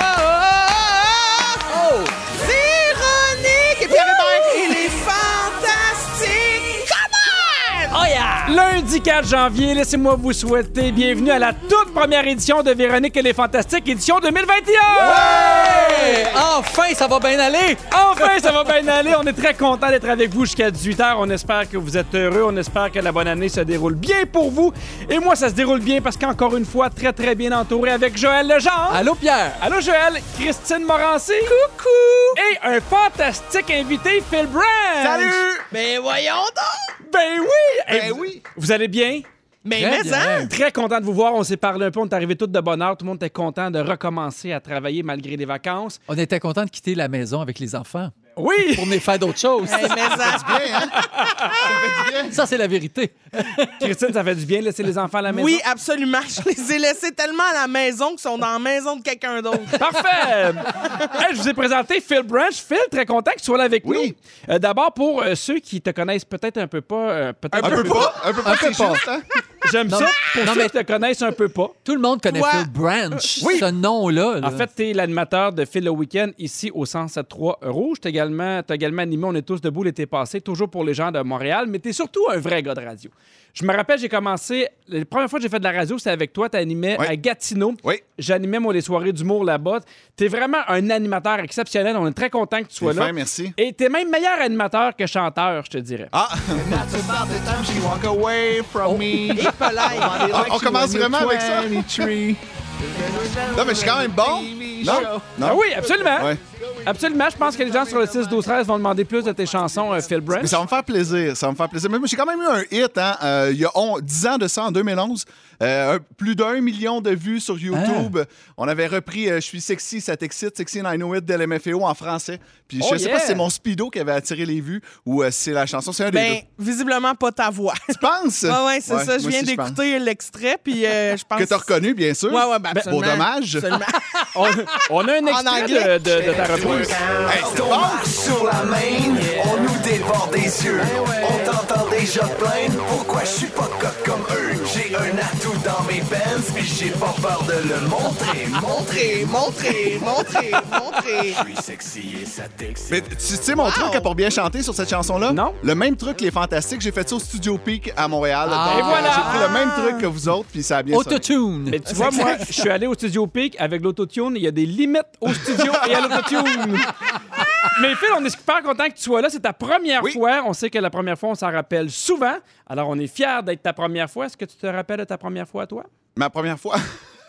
oh, oh, oh! Véronique et Pierre Hébert, il est fantastique! Oh yeah! Lundi 4 janvier, laissez-moi vous souhaiter bienvenue à la toute première édition de Véronique et les Fantastiques, édition 2021! Hey, enfin, ça va bien aller! Enfin, ça va bien aller. On est très content d'être avec vous jusqu'à 18h. On espère que vous êtes heureux. On espère que la bonne année se déroule bien pour vous. Et moi, ça se déroule bien parce qu'encore une fois, très, très bien entouré avec Joël Legendre. Allô, Pierre? Allô, Joël. Christine Morancy. Coucou. Et un fantastique invité, Phil Brand. Salut. Mais Ben, voyons donc! Ben oui. Ben vous, oui. Vous allez bien? Mais Très mais hein? bien. Très content de vous voir. On s'est parlé un peu. On est arrivés toutes de bonne heure. Tout le monde était content de recommencer à travailler malgré les vacances. On était content de quitter la maison avec les enfants Oui. pour venir faire d'autres choses. Mais mais hein? Ça, c'est la vérité. Christine, ça fait du bien de laisser les enfants à la maison. Oui, absolument. Je les ai laissés tellement à la maison qu'ils sont dans la maison de quelqu'un d'autre. Parfait! Hey, je vous ai présenté Phil Branch. Phil, très content que tu sois là avec nous. Euh, D'abord, pour euh, ceux qui te connaissent peut-être un peu pas, euh, peut-être un, peu, pas, hein? Un peu Un peu pas. j'aime Non, ça. mais- Pour non, ceux mais- qui te connaissent un peu pas. Tout le monde connaît Toi- Phil Branch, ce nom-là. là. En fait, tu es l'animateur de Phil le Week-end ici au 107.3 Rouge. Tu également, t'as également animé On est tous debout l'été passé, toujours pour les gens de Montréal, mais tu es surtout un vrai gars de radio. Je me rappelle, j'ai commencé, la première fois que j'ai fait de la radio, c'était avec toi. Tu animais Oui. à Gatineau. Oui. J'animais, moi, les soirées d'humour là-bas. Tu es vraiment un animateur exceptionnel. On est très content que tu sois Voilà. là. merci. Et t'es même meilleur animateur que chanteur, je te dirais. Ah! That's about the time she walk away from me. on, on commence vraiment avec ça? non, mais je suis quand même bon. Non? Ah non. hein? oui, absolument. Ouais. Absolument. Je pense que les gens sur le 6-12-13 vont demander plus de tes chansons, euh, Phil Branch. Mais ça va me faire plaisir, ça va me faire plaisir. Mais moi, j'ai quand même eu un hit, hein, euh, il y a on- 10 ans de ça, en 2011. Euh, un- plus d'un million de vues sur YouTube. Ah. On avait repris euh, Je suis sexy, ça t'excite, Sexy and I Know It de l'MFAO en français. Puis je Oh sais yeah. pas si c'est mon speedo qui avait attiré les vues ou euh, c'est la chanson, c'est un des Ben, deux. visiblement pas ta voix. Tu penses? Ouais, ouais, c'est ça. Je moi viens aussi, pense. d'écouter l'extrait, puis euh, je pense Que t'as reconnu, bien sûr. Ouais, ouais, ben, Pour absolument. dommage. Absolument. On, on a un En extrait de, anglais. de- de ta reprise. Hey, c'est bon. Sur la main, on nous dévore des yeux. Eh On t'entend déjà plaindre. Pourquoi je suis pas coq comme eux? J'ai un atout dans mes pens, puis j'ai pas peur de le montrer. Montrez, montrez, montrez, montrez. Je suis sexy et ça t'excite. Mais tu tu sais mon truc hein, pour bien chanter sur cette chanson-là? Non. Le même truc, les fantastiques, j'ai fait ça au Studio Peak à Montréal. Ah. Donc, Et voilà. J'ai pris le même truc que vous autres, puis ça a bien sonné. Autotune. Mais tu vois, moi, je suis allé au Studio Peak avec l'autotune. Il y a des limites au studio et à l'autotune. Mais Phil, on est super content que tu sois là. C'est ta première Oui. fois. On sait que la première fois, on s'en rappelle souvent. Alors, on est fiers d'être ta première fois. Est-ce que tu te rappelles de ta première fois, toi? Ma première fois.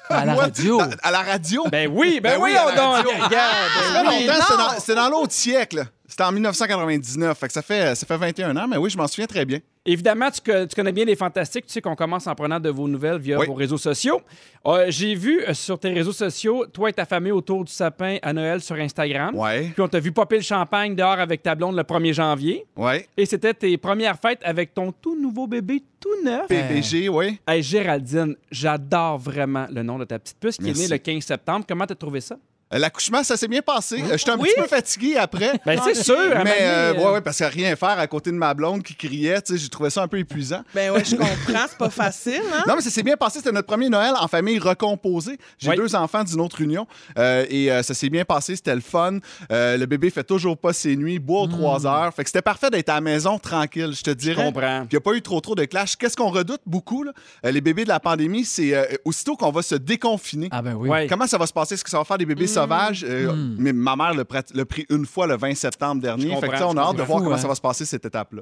À la Moi, radio. À, à la radio. Ben oui, ben, Ben oui, oui, à on la donne. radio. Ah, Regarde. ben Ça fait longtemps, c'était dans- c'était dans, l'autre siècle. C'était en 1999. Fait que ça fait, ça fait 21 ans, mais oui, je m'en souviens très bien. Évidemment, tu, co- tu connais bien les fantastiques. Tu sais qu'on commence en prenant de vos nouvelles via Oui. vos réseaux sociaux. Euh, J'ai vu euh, sur tes réseaux sociaux, toi et ta famille autour du sapin à Noël sur Instagram. Ouais. Puis on t'a vu popper le champagne dehors avec ta blonde le 1er janvier. Ouais. Et c'était tes premières fêtes avec ton tout nouveau bébé tout neuf. Euh. PBG, oui. Hey, Géraldine, j'adore vraiment le nom de ta petite puce qui est Merci. née le 15 septembre. Comment t'as trouvé ça? Euh, L'accouchement, ça s'est bien passé. Euh, J'étais un petit peu fatigué après. Ben, c'est sûr. à un moment Mais donné, euh, euh, ouais, ouais, parce que rien faire à côté de ma blonde qui criait, tu sais, j'ai trouvé ça un peu épuisant. Ben ouais, je comprends, c'est pas facile, hein? Non, mais ça s'est bien passé. C'était notre premier Noël en famille recomposée. J'ai Oui. deux enfants d'une autre union euh, et euh, ça s'est bien passé. C'était le fun. Euh, le bébé fait toujours pas ses nuits, boit aux Hmm. trois heures. Fait que c'était parfait d'être à la maison tranquille, je te dirais. comprends. Puis Il n'y a pas eu trop trop de clash. Qu'est-ce qu'on redoute beaucoup, là, euh, les bébés de la pandémie, c'est euh, aussitôt qu'on va se déconfiner. Ah ben oui. Ouais. Hmm. Comment ça va se passer? Est-ce que ça va faire des bébés sauvage. euh, mais ma mère l'a prat- l'a pris une fois le 20 septembre dernier. Je Fait que, tu sais, comprends, on a je hâte de comprends. voir Fou, comment hein. ça va se passer cette étape-là.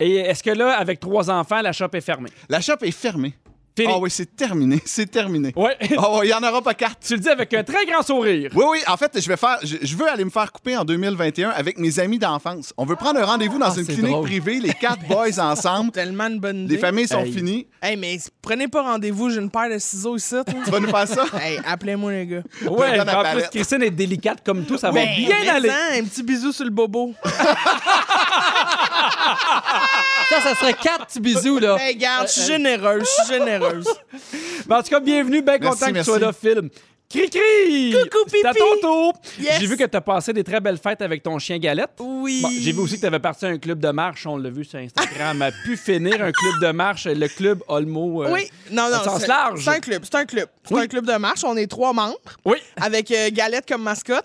Et est-ce que là, avec trois enfants, la shop est fermée? La shop est fermée. Ah Fini. oui, c'est terminé. C'est terminé. Ouais. Ah ouais, il y en aura pas carte. tu le dis avec un très grand sourire. Oui, oui, en fait, je vais faire. Je, je veux aller me faire couper en 2021 avec mes amis d'enfance. On veut prendre un rendez-vous dans Ah, une c'est clinique drôle. privée, les quatre boys ensemble. Tellement de bonnes Les idées. familles sont Hey. finies. Hey, mais prenez pas rendez-vous, j'ai une paire de ciseaux ici. toi. Tu vas nous faire ça? hey, appelez-moi les gars. Ouais, donne la en plus, palette. Christine est délicate comme tout, ça va Ben, bien Vincent, aller. Un petit bisou sur le bobo. Ça, ça serait quatre petits bisous, là. Ben, hey, garde, euh, je suis généreuse, je suis généreuse. Mais en tout cas, bienvenue, bien Merci, content que tu merci. sois là, film. Cri-cri! Coucou, C'est à pipi! ton tour! Yes! J'ai vu que tu as passé des très belles fêtes avec ton chien Galette. Oui. Bon, J'ai vu aussi que tu avais parti à un club de marche, on l'a vu sur Instagram. a pu finir un club de marche, le club Olmo. euh, Oui, non, au non, sens c'est large. c'est un club, c'est un club. C'est un club de marche, on est trois membres, Oui. avec euh, Galette comme mascotte.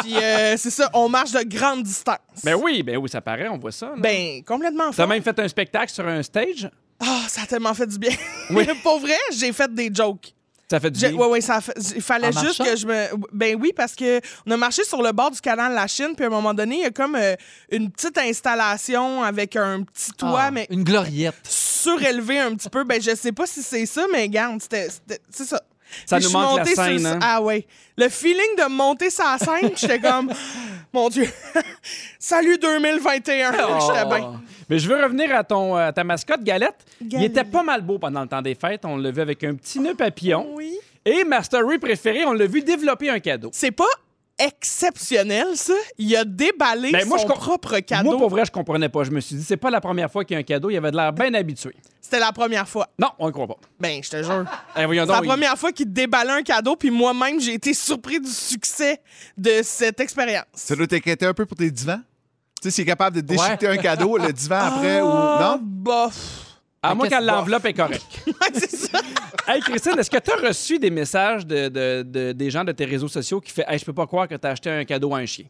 Puis euh, c'est ça, on marche de grande distance. Ben oui, ben oui, ça paraît, on voit ça. là. Ben, complètement T'as fou. même fait un spectacle sur un stage. Ah, ça a tellement fait du bien. Pour vrai, j'ai fait des jokes. Ça fait du J'ai- bien. ouais, ouais, ça fait- il fallait En juste marchant? que je me. Ben oui, parce que on a marché sur le bord du canal de la Chine, puis à un moment donné, il y a comme euh, une petite installation avec un petit toit, Ah, mais Une gloriette. surélevé un petit peu. Ben je sais pas si c'est ça, mais garde, c'était. c'était- C'est ça. Ça nous Puis je suis manque la montée sur le- scène, hein? Ah ouais. Le feeling de monter sa scène, j'étais comme, mon Dieu, salut 2021. Oh. J'étais bien. Ah. Mais je veux revenir à ton euh, ta mascotte Galette. Il ben. Galette. était pas mal beau pendant le temps des fêtes. On l'a vu avec un petit nœud papillon. Oui. Et Master Ray préféré, on l'a vu développer un cadeau. C'est pas exceptionnel, ça. Il a déballé Ben, moi, son je com- propre cadeau. Moi, pour vrai, je comprenais pas. Je me suis dit, c'est pas la première fois qu'il y a un cadeau. Il avait de l'air bien habitué. C'était la première fois. Non, on ne croit pas. Ben, je te jure. Eh, voyons C'est la donc, il- première fois qu'il déballait un cadeau, puis moi-même, j'ai été surpris du succès de cette expérience. Ça doit t'inquiéter un peu pour tes divans? Tu sais, s'il est capable de déchiqueter un cadeau, le divan après ou. Ah, Non? bof. À Mais moins qu'est-ce quand que- l'enveloppe est correcte. Ouais, c'est ça. hey, Christine, est-ce que tu as reçu des messages de, de- de- des gens de tes réseaux sociaux qui fait hey, je peux pas croire que tu as acheté un cadeau à un chien?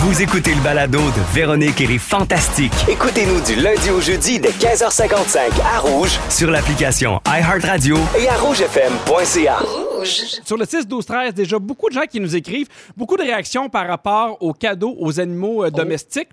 Vous écoutez le balado de Véronique et les Fantastiques Écoutez-nous du lundi au jeudi dès 15h55 à Rouge sur l'application iHeartRadio. et à rougefm.ca. Sur le 6, 12, 13, déjà beaucoup de gens qui nous écrivent, beaucoup de réactions par rapport aux cadeaux aux animaux euh, domestiques.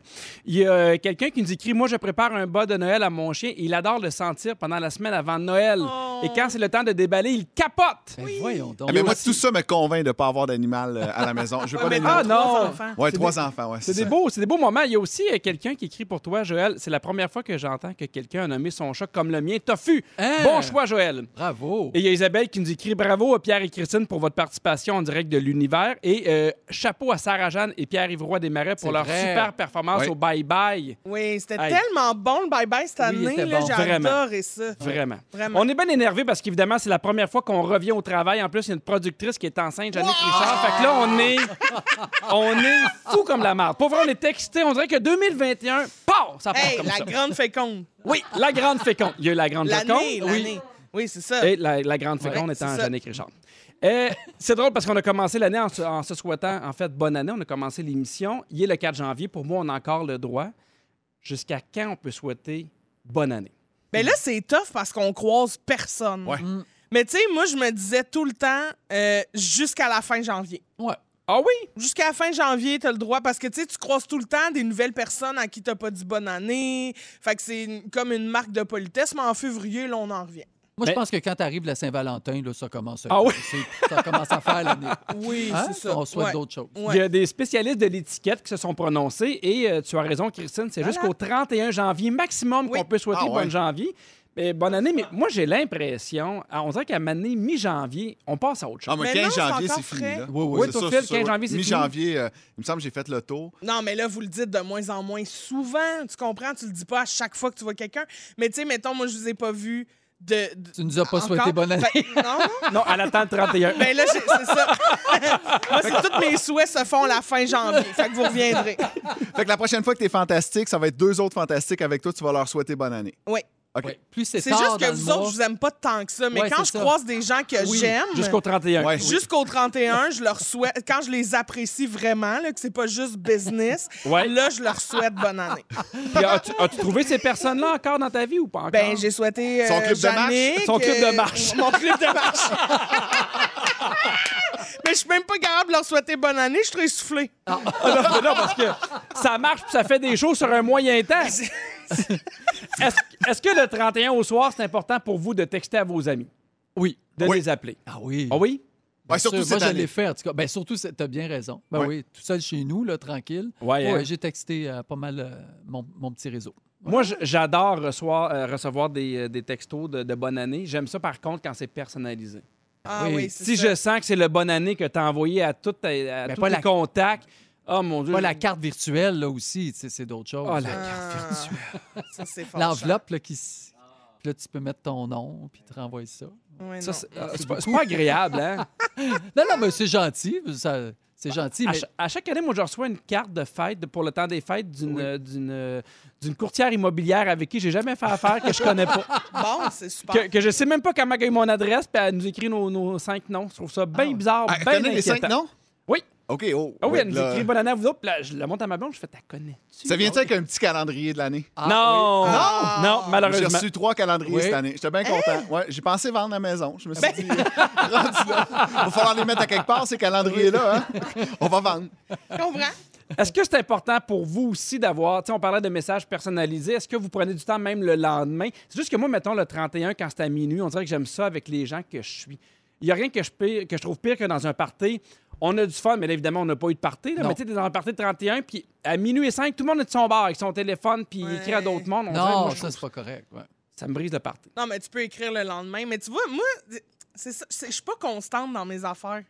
Il y a euh, quelqu'un qui nous écrit Moi, je prépare un bas de Noël à mon chien. Il adore le sentir pendant la semaine avant Noël. Et quand c'est le temps de déballer, il capote. Ben voyons donc. Ah, mais moi, tout ça me convainc de ne pas avoir d'animal euh, à la maison. Je veux pas Mais d'animal. non. Ben, trois enfants. Ouais, trois enfants, ouais. C'est des, ça. beaux, c'est des beaux moments. Il y a aussi euh, quelqu'un qui écrit pour toi, Joël. C'est la première fois que j'entends que quelqu'un a nommé son chat comme le mien. Tofu. Hein? Bon choix, Joël. Bravo. Et il y a Isabelle qui nous écrit bravo à Pierre et Christine pour votre participation en direct de l'univers et euh, chapeau à Sarah Jeanne et Pierre Ivroy Desmarais pour C'est leur vrai. super performance Ouais. au Bye Bye. Oui, c'était Hey. tellement bon le bye-bye cette Oui, il année. était là, bon. J'ai Vraiment. adoré ça. Vraiment. Vraiment. On est bien énervé parce qu'évidemment, c'est la première fois qu'on revient au travail. En plus, il y a une productrice qui est enceinte, Jannick Richard. Fait que là, on est, on est fou comme la marde. Pour vrai, on est excité. On dirait que 2021, paf, ça part Hey, comme la ça. grande féconde. Oui, la grande féconde. Il y a eu la grande féconde. L'année, l'année. Oui, c'est ça. Et la, la grande féconde Ouais, étant c'est ça. Jannick Richard. Euh, c'est drôle parce qu'on a commencé l'année en, se- en se souhaitant, en fait, bonne année. On a commencé l'émission. Il est le 4 janvier. Pour moi, on a encore le droit. Jusqu'à quand on peut souhaiter bonne année? Mais Ben, là, c'est tough parce qu'on croise personne. Ouais. Mais tu sais, moi, je me disais tout le temps euh, jusqu'à la fin janvier. Ouais. Ah oui? Jusqu'à la fin janvier, t'as le droit parce que tu sais, tu croises tout le temps des nouvelles personnes à qui t'as pas dit bonne année. Fait que c'est une- comme une marque de politesse, mais en février, là, on en revient. Moi, Mais- je pense que quand t'arrives la Saint-Valentin, là, ça commence à... Ah oui? c'est- Ça commence à faire l'année. Oui, Hein? c'est ça. On souhaite Ouais. d'autres choses. Ouais. Il y a des spécialistes de l'étiquette qui se sont prononcés et euh, tu as raison, Christine, c'est Voilà. jusqu'au 31 janvier maximum Oui. qu'on peut souhaiter Ah ouais. bonne janvier. Mais bonne année, mais moi j'ai l'impression, à- on dirait qu'à m'année mi-janvier, on passe à autre chose. Ah, mais Mais 15 non, c'est janvier, c'est encore fini. frais. Là. Oui, oui. Oui, toi, ça, Phil, ça, 15 janvier, c'est fini. Mi-janvier, euh, il me semble que j'ai fait le tour. Non, mais là, vous le dites de moins en moins souvent. Tu comprends? Tu le dis pas à chaque fois que tu vois quelqu'un. Mais tu sais, mettons, moi, je vous ai pas vu de. de- Tu nous as pas encore. souhaité bonne année. Fait- non, non. Ah. Non, à l'attente 31. Ben là, j'ai- c'est ça. Moi, c'est tous mes souhaits se font la fin janvier. Fait que vous reviendrez. Fait que la prochaine fois que t'es fantastique, ça va être deux autres fantastiques avec toi. Tu vas leur souhaiter bonne année. Oui. OK. Ouais. Plus c'est C'est tard juste dans que le vous mois- autres, je vous aime pas tant que ça. Mais Ouais, quand je c'est ça. croise des gens que Oui, j'aime. Jusqu'au 31. Ouais. Jusqu'au 31, je leur souhaite, quand je les apprécie vraiment, là, que c'est pas juste business, Ouais. là, je leur souhaite bonne année. Puis ah, as-tu, as-tu trouvé ces personnes-là encore dans ta vie ou pas encore? Ben, j'ai souhaité. Son euh, club de marche. Jannick, Son club de euh, marche. Mon club de marche. Mais je suis même pas capable de leur souhaiter bonne année, je suis trop essoufflée. Ah non, mais non, parce que ça marche puis ça fait des shows sur un moyen temps. Est-ce, est-ce que le 31 au soir, c'est important pour vous de texter à vos amis, Oui. de Oui. les appeler? Ah oui. Ah oui? Ouais, surtout Sûr, cette Moi, je année. l'ai fait, en tout cas. Ben, surtout, c'est- t'as bien raison. Ben Ouais. oui, tout seul chez nous, là, tranquille. Ouais, hein. j'ai texté euh, pas mal euh, mon, mon petit réseau. Moi, j- j'adore recevoir, euh, recevoir des, euh, des textos de, de bonne année. J'aime ça, par contre, quand c'est personnalisé. Ah Oui. oui, c'est Si ça. Ben, je sens que c'est le bonne année que tu as envoyé à, tout, ta- à, Mais tous pas tes la- contacts, oh mon Dieu. Pas je- la carte virtuelle, là aussi, tu sais, c'est d'autres choses. Oh, la Ah, ça, c'est fort cher. L'enveloppe, là, qui... s- Puis là, tu peux mettre ton nom, puis te renvoyer ça. Ouais, Ça, non. Ah, c'est euh, c'est pas, c'est pas agréable, hein? Non, non, mais c'est gentil. ça- c'est gentil, Ah, À, mais cha- à chaque année, moi, je reçois une carte de fête de- pour le temps des fêtes d'une euh, d'une, euh, d'une courtière immobilière avec qui j'ai jamais fait affaire, que je connais pas. Bon, c'est super. que, que je sais même pas comment elle a eu mon adresse, puis elle nous écrit nos, nos cinq noms. Je trouve ça bien bizarre, Ah, bien connais les cinq inquiétant. noms? Oui. OK, oh. Ah oui, ouais, elle nous là, écrit bonne année à vous autres. Puis là, je la monte à ma blonde, je fais, t'as connais-tu? Ça vient-tu avec un petit calendrier de l'année? non! Ah. non! J'ai malheureusement. reçu trois calendriers Oui. cette année. J'étais bien content. Ouais, j'ai pensé vendre la maison. Je me suis dit, euh, rendu là, va falloir les mettre à quelque part, ces calendriers-là. hein. On va vendre. Je comprends. Est-ce que c'est important pour vous aussi d'avoir, tu sais, on parlait de messages personnalisés, est-ce que vous prenez du temps même le lendemain? C'est juste que moi, mettons, le 31, quand c'est à minuit, on dirait que j'aime ça avec les gens que je suis. Il n'y a rien que je, pire- que je trouve pire que dans un party. On a du fun, mais là, évidemment, on n'a pas eu de party. là. Non. mais tu sais, t'es dans un party de 31, puis à minuit et 5, tout le monde est de son bar avec son téléphone, puis il écrit à d'autres mondes. On dirait, non, moi, je ça, trouve c'est pas correct. ouais. ça me brise le party. Non, mais tu peux écrire le lendemain. Mais tu vois, moi, c'est ça, c'est- je suis pas constante dans mes affaires.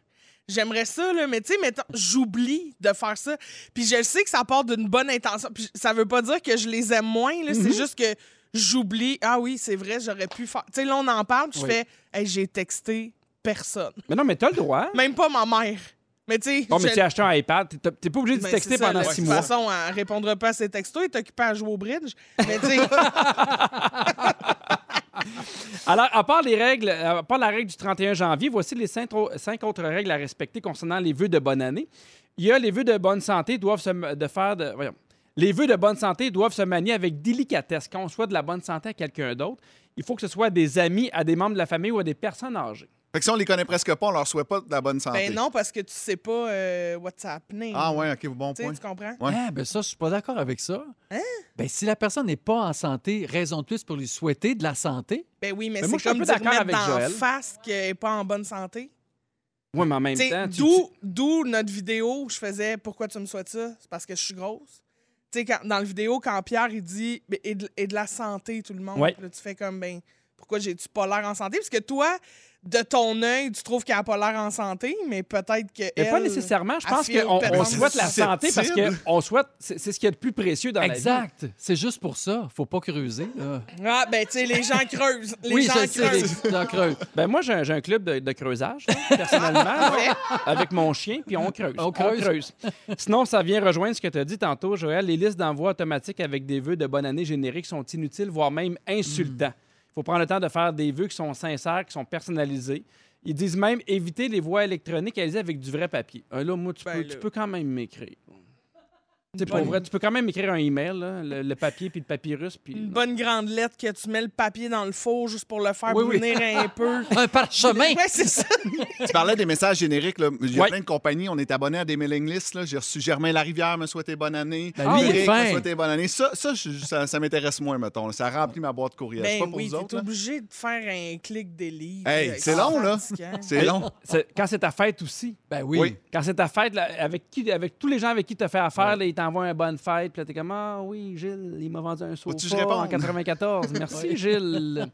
J'aimerais ça, là, mais tu sais, mettons, j'oublie de faire ça. Puis je sais que ça part d'une bonne intention. Puis ça veut pas dire que je les aime moins, là. Mhm. C'est juste que j'oublie. Ah oui, c'est vrai, j'aurais pu faire. Tu sais, là, on en parle, puis je Oui. fais, Hey, j'ai texté personne. Mais non, mais t'as le droit. Même pas ma mère. Mais tu sais, Non, mais je- tu as acheté un iPad, t'es- t'es pas obligé de ben, texter c'est ça, pendant là. six De mois. toute façon, elle répondra pas à ses textos, elle est occupée à jouer au bridge. Mais tu sais, ben Alors, à part les règles, à part la règle du 31 janvier, voici les cinq, au- cinq autres règles à respecter concernant les vœux de bonne année. Il y a les vœux de bonne santé doivent se m- de faire de- voyons. Les vœux de bonne santé doivent se manier avec délicatesse. Quand on souhaite de la bonne santé à quelqu'un d'autre, il faut que ce soit à des amis, à des membres de la famille ou à des personnes âgées. Fait que si on les connaît presque pas, on leur souhaite pas de la bonne Ah, santé. ben non, parce que tu sais pas euh, what's happening. Ah ouais, OK, bon Tu sais, point. tu comprends? Ouais. Ah, ben ça, je suis pas d'accord avec ça. Hein? Ben, si la personne n'est pas en santé, raison de plus pour lui souhaiter de la santé. Ben oui, mais, Mais moi, c'est je suis un comme peu dire d'accord mettre avec dans Joël. face qu'elle n'est pas en bonne santé. Oui, mais en même Tu sais, temps, tu- D'où d'où notre vidéo où je faisais Pourquoi tu me souhaites ça? C'est parce que je suis grosse. Tu sais, quand- dans la vidéo, quand Pierre, il dit Ben, et de, et de la santé, tout le monde, Ouais. là, tu fais comme ben pourquoi j'ai-tu pas l'air en santé? Parce que toi, de ton œil, tu trouves qu'elle n'a pas l'air en santé, mais peut-être que. tu- mais pas elle- nécessairement. Je elle pense feel qu'on peut-être on plus souhaite la santé parce susceptible. qu'on souhaite. C'est c'est ce qu'il y a de plus précieux dans la vie. Exact. C'est juste pour ça. Faut pas creuser. là. Ah, ben, tu sais, les gens creusent. Les oui, gens je sais. creusent. les- dans creuse. Ben moi, j'ai un, j'ai un club de, de creusage, là, personnellement, là, avec mon chien, puis on creuse. On creuse. Sinon, ça vient rejoindre ce que tu as dit tantôt, Joël. Les listes d'envoi automatiques avec des vœux de bonne année génériques sont inutiles, voire même insultants. Il faut prendre le temps de faire des vœux qui sont sincères, qui sont personnalisés. Ils disent même éviter les voies électroniques réalisées avec du vrai papier. Un là, moi, tu, Ben peux, là. tu peux quand même m'écrire. C'est pas vrai. Tu peux quand même écrire un email, là, le, le papier puis le papyrus. Puis... Une bonne grande lettre que tu mets le papier dans le four juste pour le faire Oui, oui. brunir un peu. Un parchemin. Ouais, c'est ça. Tu parlais des messages génériques. Là. Il y a Ouais. plein de compagnies. On est abonné à des mailing lists. là. J'ai reçu Germain Larivière me souhaiter bonne année. Ben, lui, il est Eric fin. me souhaiter bonne année. Ça, ça, je- ça, ça m'intéresse moins, mettons. Ça remplit ma boîte courriel. euh, C'est pas Ben pour oui, vous autres. t'es là. obligé de faire un clic délire. Hey, c'est long, là. C'est long. C'est- Quand c'est ta fête aussi. Ben oui. Oui. Quand c'est ta fête, là, avec, qui, avec tous les gens avec qui tu as fait affaire, là, ils t'envoient un bonne fête. Puis là, t'es comme Ah oui, Gilles, il m'a vendu un Faut-tu que sofa je réponde? en 94. Merci, Gilles.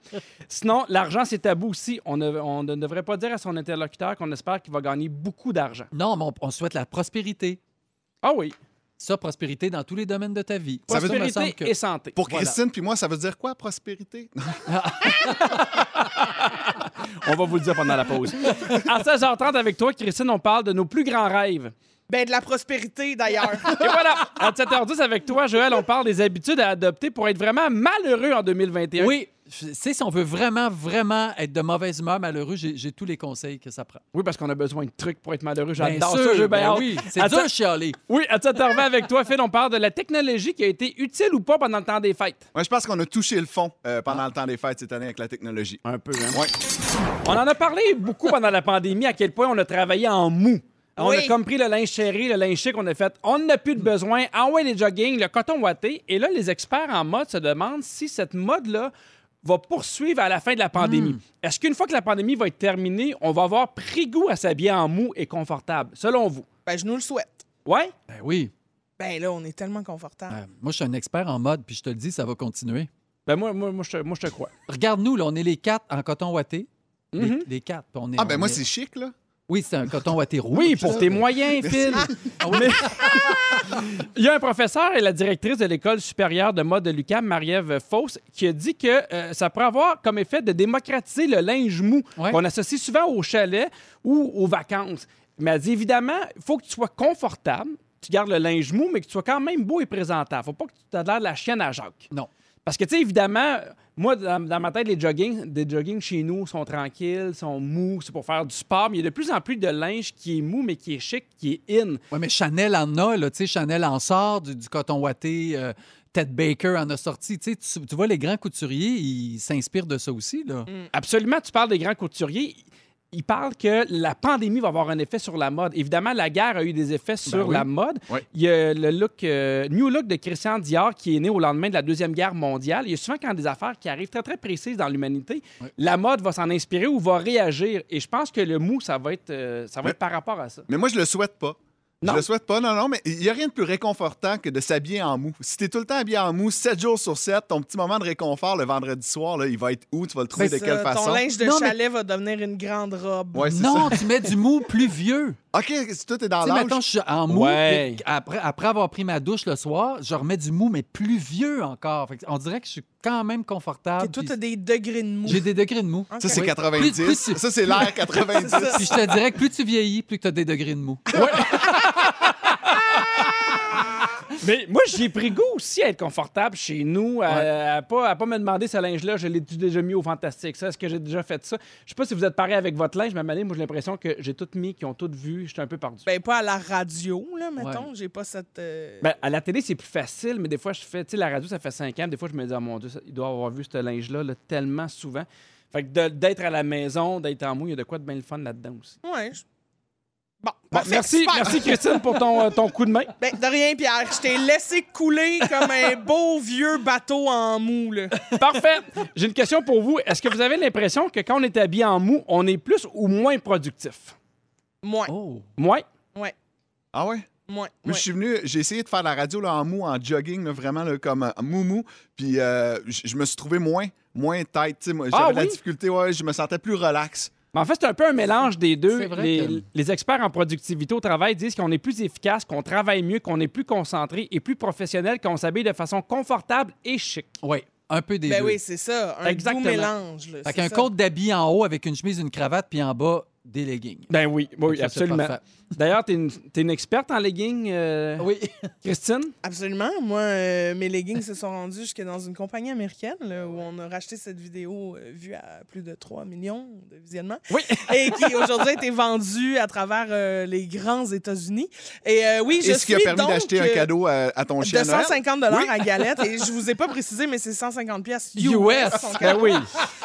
Sinon, l'argent, c'est tabou aussi. On ne, on ne devrait pas dire à son interlocuteur qu'on espère qu'il va gagner beaucoup d'argent. Non, mais on, on souhaite la prospérité. Ah oui, Ça, prospérité dans tous les domaines de ta vie. Ça veut- me prospérité semble que- et santé. Pour Voilà. Christine puis moi, ça veut dire quoi, prospérité? On va vous le dire pendant la pause. À 16h30 avec toi, Christine, on parle de nos plus grands rêves. Ben de la prospérité, d'ailleurs. Et voilà, à 7h10 avec toi, Joël, on parle des habitudes à adopter pour être vraiment malheureux en 2021. Oui, tu sais, si on veut vraiment, vraiment être de mauvaise humeur, malheureux, j'ai j'ai tous les conseils que ça prend. Oui, parce qu'on a besoin de trucs pour être malheureux. Bien J'adore sûr, ça, j'ai bien ben hâte. oui, c'est Attends- dur chialer. Oui, à 7h20 avec toi, Phil, on parle de la technologie qui a été utile ou pas pendant le temps des fêtes. Moi, je pense qu'on a touché le fond euh, pendant le temps des fêtes cette année avec la technologie. Un peu, Ouais. On en a parlé beaucoup pendant la pandémie, à quel point on a travaillé en mou. On Oui. a compris le linge chéri, le linge chic, on a fait on n'a plus de besoin, envoie les jogging, le coton ouaté. Et là, les experts en mode se demandent si cette mode-là va poursuivre à la fin de la pandémie. Est-ce qu'une fois que la pandémie va être terminée, on va avoir pris goût à s'habiller en mou et confortable, selon vous? ben je nous le souhaite. Ouais? Ben oui. Ben là, on est tellement confortable. Ben, moi, je suis un expert en mode, puis je te le dis, ça va continuer. Ben moi, moi, moi, je, te- moi, je te crois. Regarde-nous, là, on est les quatre en coton ouaté. Les- les, quatre. puis on est- Ah, ben on moi, est- c'est chic, là. Oui, c'est un coton à tes roues. Oui, pour tes moyens, Phil. Ah, Mais- Il y a un professeur et la directrice de l'École supérieure de mode de l'UQAM, Marie-Ève Fausse, qui a dit que euh, ça pourrait avoir comme effet de démocratiser le linge mou Ouais. qu'on associe souvent au chalet ou aux vacances. Mais elle dit évidemment, il faut que tu sois confortable, tu gardes le linge mou, mais que tu sois quand même beau et présentable. faut pas que tu t'aies l'air de la chienne à Jacques. Non. Parce que, tu sais, évidemment, moi, dans, dans ma tête, les joggings, des joggings chez nous sont tranquilles, sont mous, c'est pour faire du sport, mais il y a de plus en plus de linge qui est mou, mais qui est chic, qui est in. Oui, mais Chanel en a, là, tu sais, Chanel en sort du, du coton ouaté. euh, Ted Baker en a sorti. Tu, sais, tu- tu vois, les grands couturiers, ils s'inspirent de ça aussi. Là. Mm. Hmm. Absolument, tu parles des grands couturiers. Ils parlent que la pandémie va avoir un effet sur la mode. Évidemment, la guerre a eu des effets sur la mode. Ben Oui. Il y a le look, euh, new look de Christian Dior qui est né au lendemain de la Deuxième Guerre mondiale. Il y a souvent quand des affaires qui arrivent très, très précises dans l'humanité, la mode va s'en inspirer ou va réagir. Et je pense que le mou, ça va être, euh, ça va Mais- être par rapport à ça. Mais moi, je le souhaite pas. Non. Je le souhaite pas, non, non, mais il n'y a rien de plus réconfortant que de s'habiller en mou. Si t'es tout le temps habillé en mou, 7 jours sur 7, ton petit moment de réconfort le vendredi soir, là, il va être où? Tu vas le trouver de C'est quelle Ben, ça, façon? Ton linge de Non, mais- chalet va devenir une grande robe. Ouais, c'est Non, tu mets du mou plus vieux. ça. OK, si tout est dans Tu sais, l'âge. mettons, je suis en mou. Ouais. puis Après, après avoir pris ma douche le soir, je remets du mou, mais plus vieux encore. Fait que on dirait que je suis quand même Et confortable. toi, Ah, puis t'as des degrés de mou. J'ai des degrés de mou. Ok. Ça, c'est Oui. 90. Plus- plus tu- Ça, c'est l'air 90. Puis je te dirais que plus tu vieillis, plus tu as des degrés de mou. Mais moi, j'ai pris goût aussi à être confortable chez nous, à, à pas, à pas me demander ce linge-là, je l'ai-tu déjà mis au Fantastique, ça, est-ce que j'ai déjà fait ça? Je sais pas si vous êtes pareil avec votre linge, mais à un moment donné, moi, j'ai l'impression que j'ai tout mis, qu'ils ont tout vu, j'étais un peu perdu. Ben, pas à la radio, là, mettons. J'ai pas cette. euh, Ben, à la télé, c'est plus facile, mais des fois, je fais, tu sais, la radio, ça fait 5 ans, des fois, je me dis, oh mon Dieu, ça- il doit avoir vu ce linge-là là, tellement souvent. Fait que de- d'être à la maison, d'être en mou, il y a de quoi de bien le fun là-dedans aussi. Ben Ouais. je- Bon, Ah, Bon, parfait, merci, super. merci Christine pour ton, euh, ton coup de main. Ben, de rien, Pierre. Je t'ai laissé couler comme un beau vieux bateau en mou, là. Parfait. J'ai une question pour vous. Est-ce que vous avez l'impression que quand on est habillé en mou, on est plus ou moins productif? Moins, Oh. Moins. ouais, Ah ouais? moins, Moi, moins. je suis venu, j'ai essayé de faire la radio là, en mou, en jogging, là, vraiment là, comme euh, mou mou. Puis euh, j- je me suis trouvé moins, moins tête. tu sais, moi, J'avais Ah de la oui? difficulté, ouais, je me sentais plus relax. Mais en fait, c'est un peu un mélange des deux. C'est vrai Les, que- les experts en productivité au travail disent qu'on est plus efficace, qu'on travaille mieux, qu'on est plus concentré et plus professionnel, qu'on s'habille de façon confortable et chic. Oui, un peu des Ben deux. oui, c'est ça. Un Exactement. doux mélange, là. Fait c'est qu'un ça. compte d'habits en haut avec une chemise, une cravate, puis en bas, des leggings. Ben oui, oui, Ça, c'est absolument. parfait. D'ailleurs, t'es une, t'es une experte en leggings, euh, Oui. Christine? Absolument. Moi, euh, mes leggings se sont rendus jusque dans une compagnie américaine là, où on a racheté cette vidéo euh, vue à plus de 3 millions de visionnements. Oui. Et qui aujourd'hui a été vendue à travers euh, les grands États-Unis. Et euh, oui, je Et ce qui a suis permis donc, d'acheter un euh, cadeau à, à ton de chien. à Noël. 150 dollars à Galette et je vous ai pas précisé mais c'est 150 pièces US. Ah, son Ben cadeau. oui.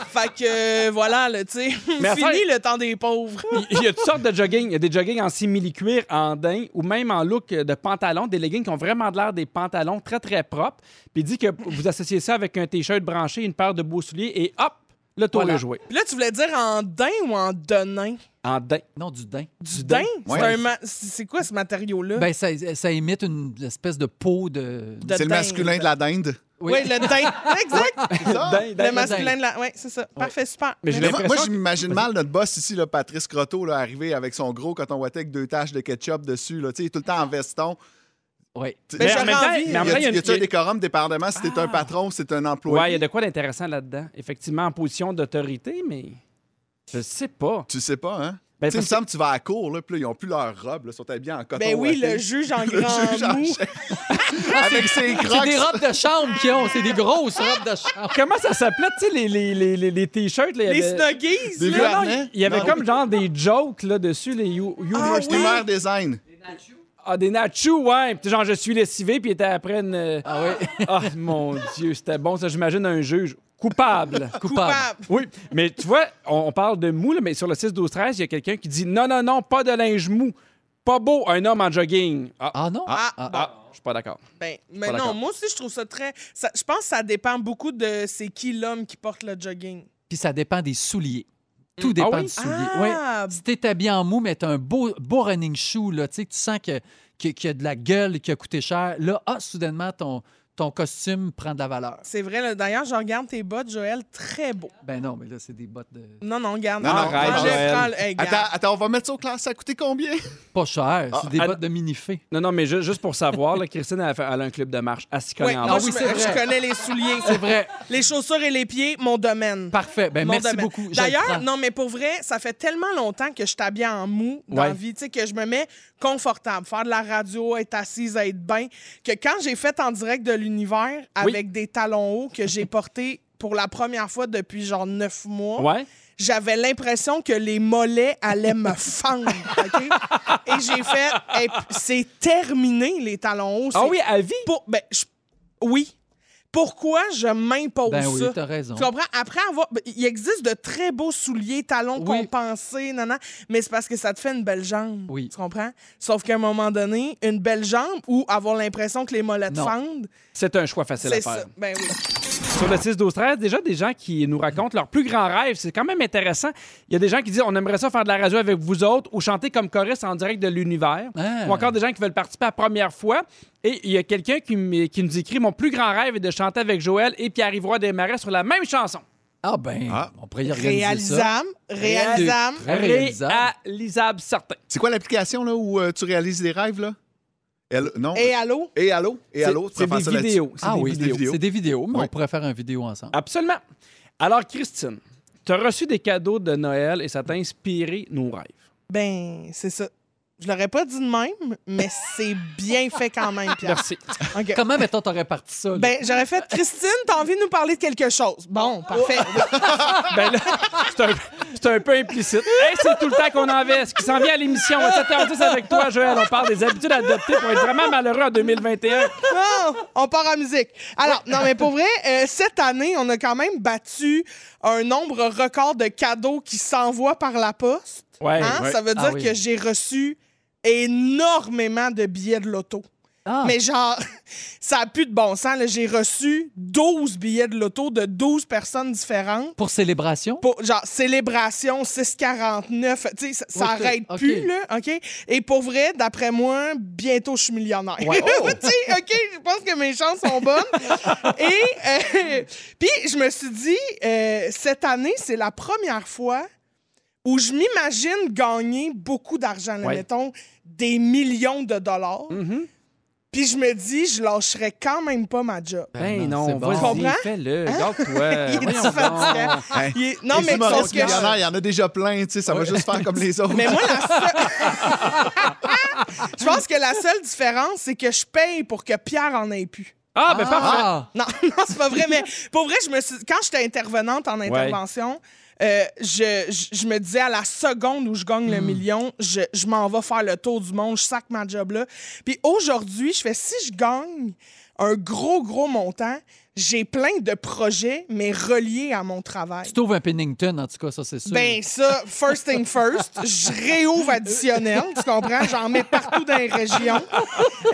Fait que euh, voilà, là, tu sais, fini Mais enfin- le temps des pauvres. Il- Il y a toutes sortes de jogging. Il y a des joggings en simili-cuir, en daim, ou même en look de pantalon, des leggings qui ont vraiment de l'air des pantalons très, très propres. Puis il dit que vous associez ça avec un T-shirt branché, une paire de beaux souliers, et hop, le tour Voilà. est joué. Puis là, tu voulais dire en daim ou en denain? En daim. Non, du daim. Du daim? Ouais. C'est un ma- c'est c'est quoi ce matériau-là? Ben, ça, ça imite une espèce de peau de. De C'est le daim. masculin de la dinde. Oui, le daim. exact. Daim, daim, Le daim. masculin de la. Oui, c'est ça. Parfait, super. Ben Mais j'ai Mais moi, l'impression moi, que- j'imagine mal notre boss ici, là, Patrice Croteau, là, arrivé avec son gros coton ouaté avec deux taches de ketchup dessus. Là, tu sais, il est tout le temps en veston. Oui. Tu- Mais y en j'aurais même temps- envie- mais en même temps, a- il y a y une- a-tu un il y a- Ah. décorum département si t'es un patron, si t'es un employé? Ouais, il y a de quoi d'intéressant là-dedans. Effectivement, en position d'autorité, mais je sais pas. Tu sais pas, hein? Ben, tu sais, il me parce semble que tu vas à la cour, là, puis là, ils ont plus leur robe, là, ils sont habillés en coton Ben oui, ouaté. le juge en Le grand juge en mou. chef. Avec ses C'est crocs. des robes de chambre qu'ils ont. C'est des grosses robes de chambre. Comment ça s'appelait, tu sais, les, les, les, les, les t-shirts? là, il y Les avait- snuggies, Des là. vieux Non, non, harnais? il y avait Non. comme genre des jokes là, dessus, les you, you Ah, were- oui. Steamer Design. Ah, des nachos, ouais. Puis genre, je suis lessivé, puis il était après une... euh, Ah oui. Ah, mon Dieu, c'était bon, ça, j'imagine, un juge. Coupable. Coupable. Oui, mais tu vois, on, on parle de mou, là, mais sur le 6-12-13, il y a quelqu'un qui dit « Non, non, non, pas de linge mou. Pas beau, un homme en jogging. » Ah, Ah non. Ah, ah, je suis pas d'accord. Ben, mais Pas non, d'accord. moi aussi, je trouve ça très. ça- je pense que ça dépend beaucoup de c'est qui l'homme qui porte le jogging. Puis ça dépend des souliers. Tout dépend Ah oui? du soulier. Ah! Ouais. Si t'es habillé en mou, mais t'as un beau, beau running shoe, là, tu sais, que tu sens que- que- qu'il y a de la gueule, qui a coûté cher, là, ah, soudainement, ton, ton costume prend de la valeur. C'est vrai, là. d'ailleurs, je regarde tes bottes, Joël, très beau. Ben non, mais là, c'est des bottes de... Non, non, garde. Non, non, prends-le, Joël. prends-le. Hey, garde. Attends, attends, on va mettre ça au classe. Ça a coûté combien? pas chères. C'est des ah, bottes de mini-fée. Non, non, mais ju- juste pour savoir, là, Christine, elle, a fait- elle a un club de marche à s'y Ouais, connaît en moi, marche. je, me- je connais les souliers. C'est vrai. Les chaussures et les pieds, mon domaine. Parfait. Ben Mon merci domaine. beaucoup. Je le prends. D'ailleurs, non, mais pour vrai, ça fait tellement longtemps que je t'habille en mou dans Ouais. la vie, tu sais, que je me mets confortable. Faire de la radio, être assise, être bien, que quand j'ai fait en direct de l'univers avec des talons hauts que j'ai portés pour la première fois depuis genre neuf mois, Ouais. j'avais l'impression que les mollets allaient me fendre. OK? Et j'ai fait, Hey, p- c'est terminé les talons hauts. Ah c'est oui, à vie? pour- ben, je- oui. Pourquoi je m'impose Ben oui, ça? t'as raison. Tu comprends? Après avoir. ben, Il existe de très beaux souliers, talons Oui. compensés, nanan, mais c'est parce que ça te fait une belle jambe. Oui. Tu comprends? Sauf qu'à un moment donné, une belle jambe ou avoir l'impression que les mollets te Non. fendent, C'est un choix facile à c'est faire. ça. Ben oui. Sur le 6 12 13 déjà des gens qui nous racontent leur plus grand rêve. C'est quand même intéressant. Il y a des gens qui disent on aimerait ça faire de la radio avec vous autres ou chanter comme choriste en direct de l'univers. Ah. Ou encore des gens qui veulent participer à la première fois. Et il y a quelqu'un qui, m- qui nous écrit Mon plus grand rêve est de chanter avec Joël et Pierre-Yvroy Desmarais sur la même chanson. Ah ben, Ah. on pourrait y organiser ça. Réalisable, réalisable. Très réalisable. Réalisable, certain. C'est quoi l'application là, où euh, tu réalises des rêves? Là? Elle- non? Et allô? Et allô? Et allô? tu C'est prends des ça là-dessus. vidéos. C'est Ah des oui, vidéos. c'est des vidéos, mais Oui. on pourrait faire une vidéo ensemble. Absolument. Alors, Christine, tu as reçu des cadeaux de Noël et ça t'a inspiré nos rêves. Ben, c'est ça. Je l'aurais pas dit de même, mais c'est bien fait quand même, Pierre. Merci. OK. Comment, mettons, t'aurais parti ça? là? Ben, j'aurais fait Christine, t'as envie de nous parler de quelque chose. Bon, parfait. Ben là, c'est un, c'est un peu implicite. Hey, c'est tout le temps qu'on en veste. Ce qui s'en vient à l'émission, on va 10 avec toi, Joël. On parle des habitudes adoptées pour être vraiment malheureux en 2021. Non, Oh, on part en musique. Alors, non, mais pour vrai, euh, cette année, on a quand même battu un nombre record de cadeaux qui s'envoient par la poste. Ouais. Hein? ouais. Ça veut Ah dire oui. que j'ai reçu énormément de billets de loto. Ah, Mais genre, ça n'a plus de bon sens. là. J'ai reçu 12 billets de loto de 12 personnes différentes. pour célébration? Pour, genre, célébration 649, tu sais, ça, ça Ok, arrête ok. plus, là, OK? Et pour vrai, d'après moi, bientôt je suis millionnaire. oh! tu sais, OK, je pense que mes chances sont bonnes. Et euh, puis, je me suis dit, euh, cette année, c'est la première fois où je m'imagine gagner beaucoup d'argent, là, Ouais. mettons, des millions de dollars. Mhm. Puis je me dis, je lâcherai quand même pas ma job. Ben Ben non, non, c'est bon. vas-y, Tu comprends? Hein? fais-le. Garde-toi. Il est Euh, Voyons fatigant. donc. Hein? Il est- Non, Les mais humoristes parce que... millionnaires, il y en a déjà plein, tu sais, ça va juste faire comme les autres. Mais moi, la seule. je pense que la seule différence, c'est que je paye pour que Pierre en ait pu. Ah, ben parfait. Non, non, c'est pas vrai, mais pour vrai, je me suis... quand j'étais intervenante en intervention, euh, je, je, je me disais à la seconde où je gagne le million, je, je m'en vais faire le tour du monde, je sac ma job là. Puis aujourd'hui, je fais si je gagne un gros, gros montant, j'ai plein de projets, mais reliés à mon travail. Tu trouves un Pennington, en tout cas, ça, c'est sûr. Ben ça, first thing first, je réouvre additionnel, tu comprends? J'en mets partout dans les régions.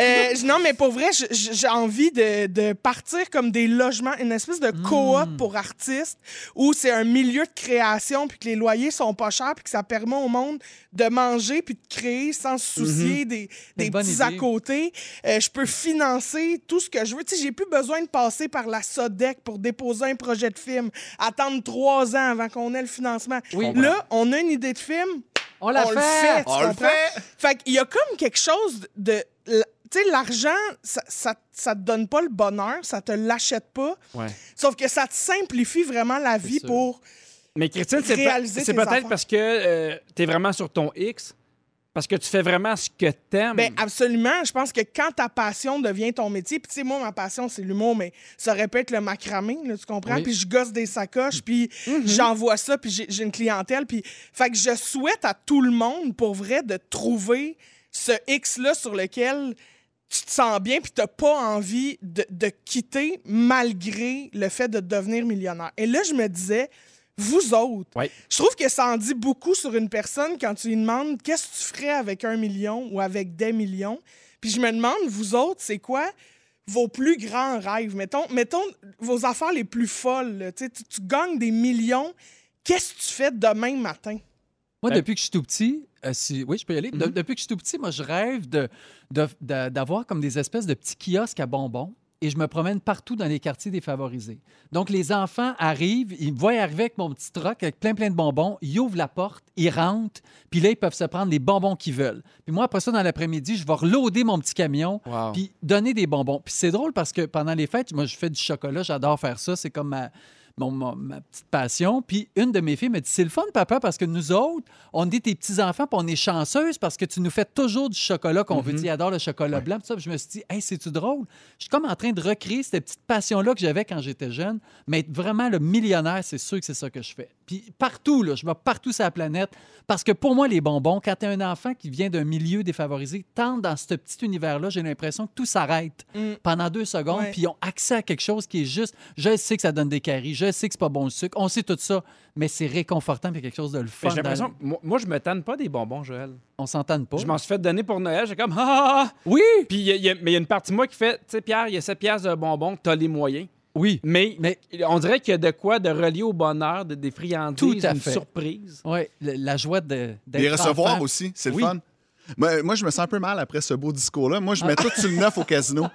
Euh, je- non, mais pour vrai, je- je- j'ai envie de, de partir comme des logements, une espèce de coop pour artistes où c'est un milieu de création puis que les loyers sont pas chers puis que ça permet au monde de manger puis de créer sans se soucier des, C'est des une bonne petits idée. à côté. Euh, je peux financer tout ce que je veux. Tu sais, j'ai plus besoin de passer par la SODEC pour déposer un projet de film, attendre trois ans avant qu'on ait le financement. Oui. Là, on a une idée de film, on l'a on fait! le fait. tu On le comprends? fait. Fait qu'il y a comme quelque chose de. la- Tu sais, l'argent, ça, ça, ça te donne pas le bonheur, ça te l'achète pas. Ouais. Sauf que ça te simplifie vraiment la vie sûr. pour. Mais Christine, c'est, peut- Réaliser c'est tes peut-être affaires. parce que tu es vraiment sur ton X, parce que tu fais vraiment ce que t'aimes. Ben, absolument. Je pense que quand ta passion devient ton métier, puis tu sais, moi, ma passion, c'est l'humour, mais ça aurait pu être le macramé, là, tu comprends? Oui. Puis je gosse des sacoches, puis j'envoie ça, puis j'ai j'ai une clientèle. Puis, fait que je souhaite à tout le monde, pour vrai, de trouver ce X-là sur lequel tu te sens bien, puis t'as pas envie de, de quitter malgré le fait de devenir millionnaire. Et là, je me disais, vous autres, Ouais. je trouve que ça en dit beaucoup sur une personne quand tu lui demandes qu'est-ce que tu ferais avec un million ou avec des millions. Puis je me demande, vous autres, c'est quoi vos plus grands rêves? Mettons, mettons vos affaires les plus folles. là. Tu, sais, tu- tu gagnes des millions. Qu'est-ce que tu fais demain matin? Moi, Ben- Mhm. depuis que je suis tout petit, euh, si- oui, je peux y aller. De- depuis que je suis tout petit, moi, je rêve de, de- de- d'avoir comme des espèces de petits kiosques à bonbons. et je me promène partout dans les quartiers défavorisés. Donc, les enfants arrivent, ils me voient arriver avec mon petit troc, avec plein, plein de bonbons. Ils ouvrent la porte, ils rentrent, puis là, ils peuvent se prendre les bonbons qu'ils veulent. Puis moi, après ça, dans l'après-midi, je vais reloader mon petit camion, Wow. puis donner des bonbons. Puis c'est drôle parce que pendant les fêtes, moi, je fais du chocolat, j'adore faire ça. C'est comme ma, mon- mon- ma petite passion. Puis une de mes filles me dit C'est le fun, papa, parce que nous autres, on est tes petits-enfants, puis on est chanceuses parce que tu nous fais toujours du chocolat qu'on veut. Tu adore le chocolat blanc. Puis ça, puis je me suis dit Hey, c'est-tu drôle Je suis comme en train de recréer cette petite passion-là que j'avais quand j'étais jeune. Mais être vraiment le millionnaire, c'est sûr que c'est ça que je fais. Puis partout, là, je vais partout sur la planète parce que pour moi, les bonbons, quand tu un enfant qui vient d'un milieu défavorisé, tant dans ce petit univers-là, j'ai l'impression que tout s'arrête pendant deux secondes, Ouais. puis ils ont accès à quelque chose qui est juste. Je sais que ça donne des caries, je sais que c'est pas bon le sucre, on sait tout ça, mais c'est réconfortant, puis quelque chose de le fun. Mais j'ai dans- hein. l'impression, que moi, moi, je me tanne pas des bonbons, Joël. On s'entend pas. Je m'en suis fait donner pour Noël, j'ai comme ah, ah, ah. Oui, Puis il y a- il y a- mais il y a une partie de moi qui fait, tu sais Pierre, il y a 7 pièces de bonbons, t'as les moyens. oui. Mais, Mais- on dirait qu'il y a de quoi de relier au bonheur, de, des friandises, Tout à une fait. surprise. Ouais, le- la joie de d'être Les recevoir enfant. aussi, c'est Oui. le fun. Moi, moi, je me sens un peu mal après ce beau discours-là. Moi, je mets tout sur le neuf au casino.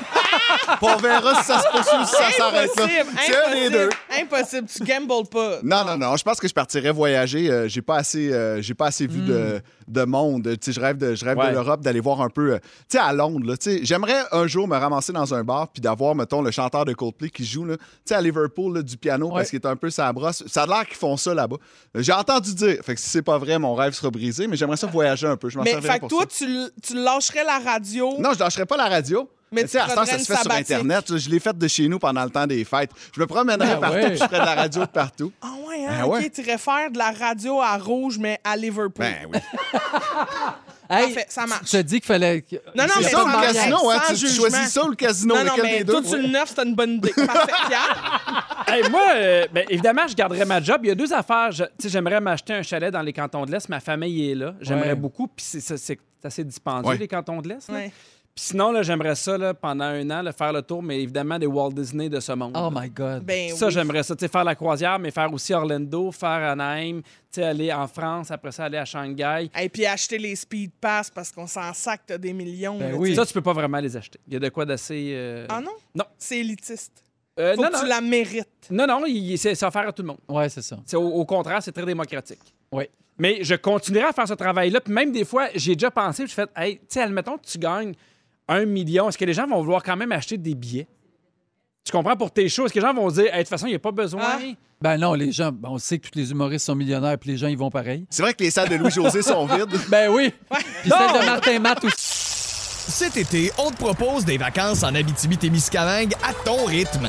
Puis on verra si ça se poursuit ou si ça s'arrête là. Impossible, C'est un des deux. impossible, impossible. Tu gambles pas. Non, non, non. Je pense que je partirais voyager. Euh, j'ai pas assez, euh, j'ai pas assez vu de, Hmm. de monde. Tu sais, je rêve de, je rêve Ouais. de l'Europe, d'aller voir un peu. euh, tu sais, à Londres, là, tu sais, j'aimerais un jour me ramasser dans un bar puis d'avoir, mettons, le chanteur de Coldplay qui joue, là, tu sais, à Liverpool, là, du piano parce qu'il est un peu sa brosse. Ça a l'air qu'ils font ça là-bas. J'ai entendu dire. Fait que si c'est pas vrai, mon rêve sera brisé, mais j'aimerais ça voyager un peu. Je m'en Mais servirais fait que pour toi, tu, ça. l- tu lâcherais la radio. Non, je lâcherai pas la radio. Mais Mais tu tu sais, à ce temps, prendrais ça une se fait sur sabbatique. Internet. Je l'ai faite de chez nous pendant le temps des fêtes. Je me promènerais Ah partout, ouais. puis je ferais de la radio de partout. Ben Ah ouais, hein, Ben ok, ouais. tu irais faire de la radio à Rouge, mais à Liverpool. Ben oui. Hey, Parfait, ça marche. Tu te dis qu'il fallait. que- Non, non, C'est mais ça ou sans le casino, hein? sans Tu, tu jugement. choisis ça ou le casino? non, non, lequel mais des deux? tout sur le neuf, c'est une bonne idée. Parfait, Pierre. Hey, moi, euh, ben, évidemment, je garderais ma job. Il y a deux affaires. Je- tu sais, J'aimerais m'acheter un chalet dans les cantons de l'Est. Ma famille est là. J'aimerais Ouais. beaucoup. Puis c'est- c'est c'est assez dispendieux, Ouais. les cantons de l'Est. là. Ouais. Puis sinon, là, j'aimerais ça là, pendant un an, là, faire le tour, mais évidemment, des Walt Disney de ce monde. Oh my God. Ben Ça, oui. j'aimerais ça. Tu sais, faire la croisière, mais faire aussi Orlando, faire Anaheim, tu sais, aller en France, après ça, aller à Shanghai. Et puis acheter les speed pass parce qu'on s'en sac, t'as des millions. Ben là, oui. tu sais. Ça, tu peux pas vraiment les acheter. Il y a de quoi d'assez. euh, Ah non? Non. C'est élitiste. euh, Faut non, que tu non. la mérites. Non, non, il- il- c'est c'est offert à tout le monde. Ouais, c'est ça. C'est Au, au contraire, c'est très démocratique. Oui. Mais je continuerai à faire ce travail-là. Puis même des fois, j'ai déjà pensé, je fais, hey, tu sais, admettons que tu gagnes un million, est-ce que les gens vont vouloir quand même acheter des billets? Tu comprends pour tes shows? Est-ce que les gens vont dire, Hey, de toute façon, il n'y a pas besoin? Ah. Ben non, les gens, ben, on sait que tous les humoristes sont millionnaires, puis les gens, ils vont pareil. C'est vrai que les salles de Louis-José sont vides. Ben oui. Puis celle de Martin Matt aussi. Cet été, on te propose des vacances en Abitibi-Témiscamingue à ton rythme.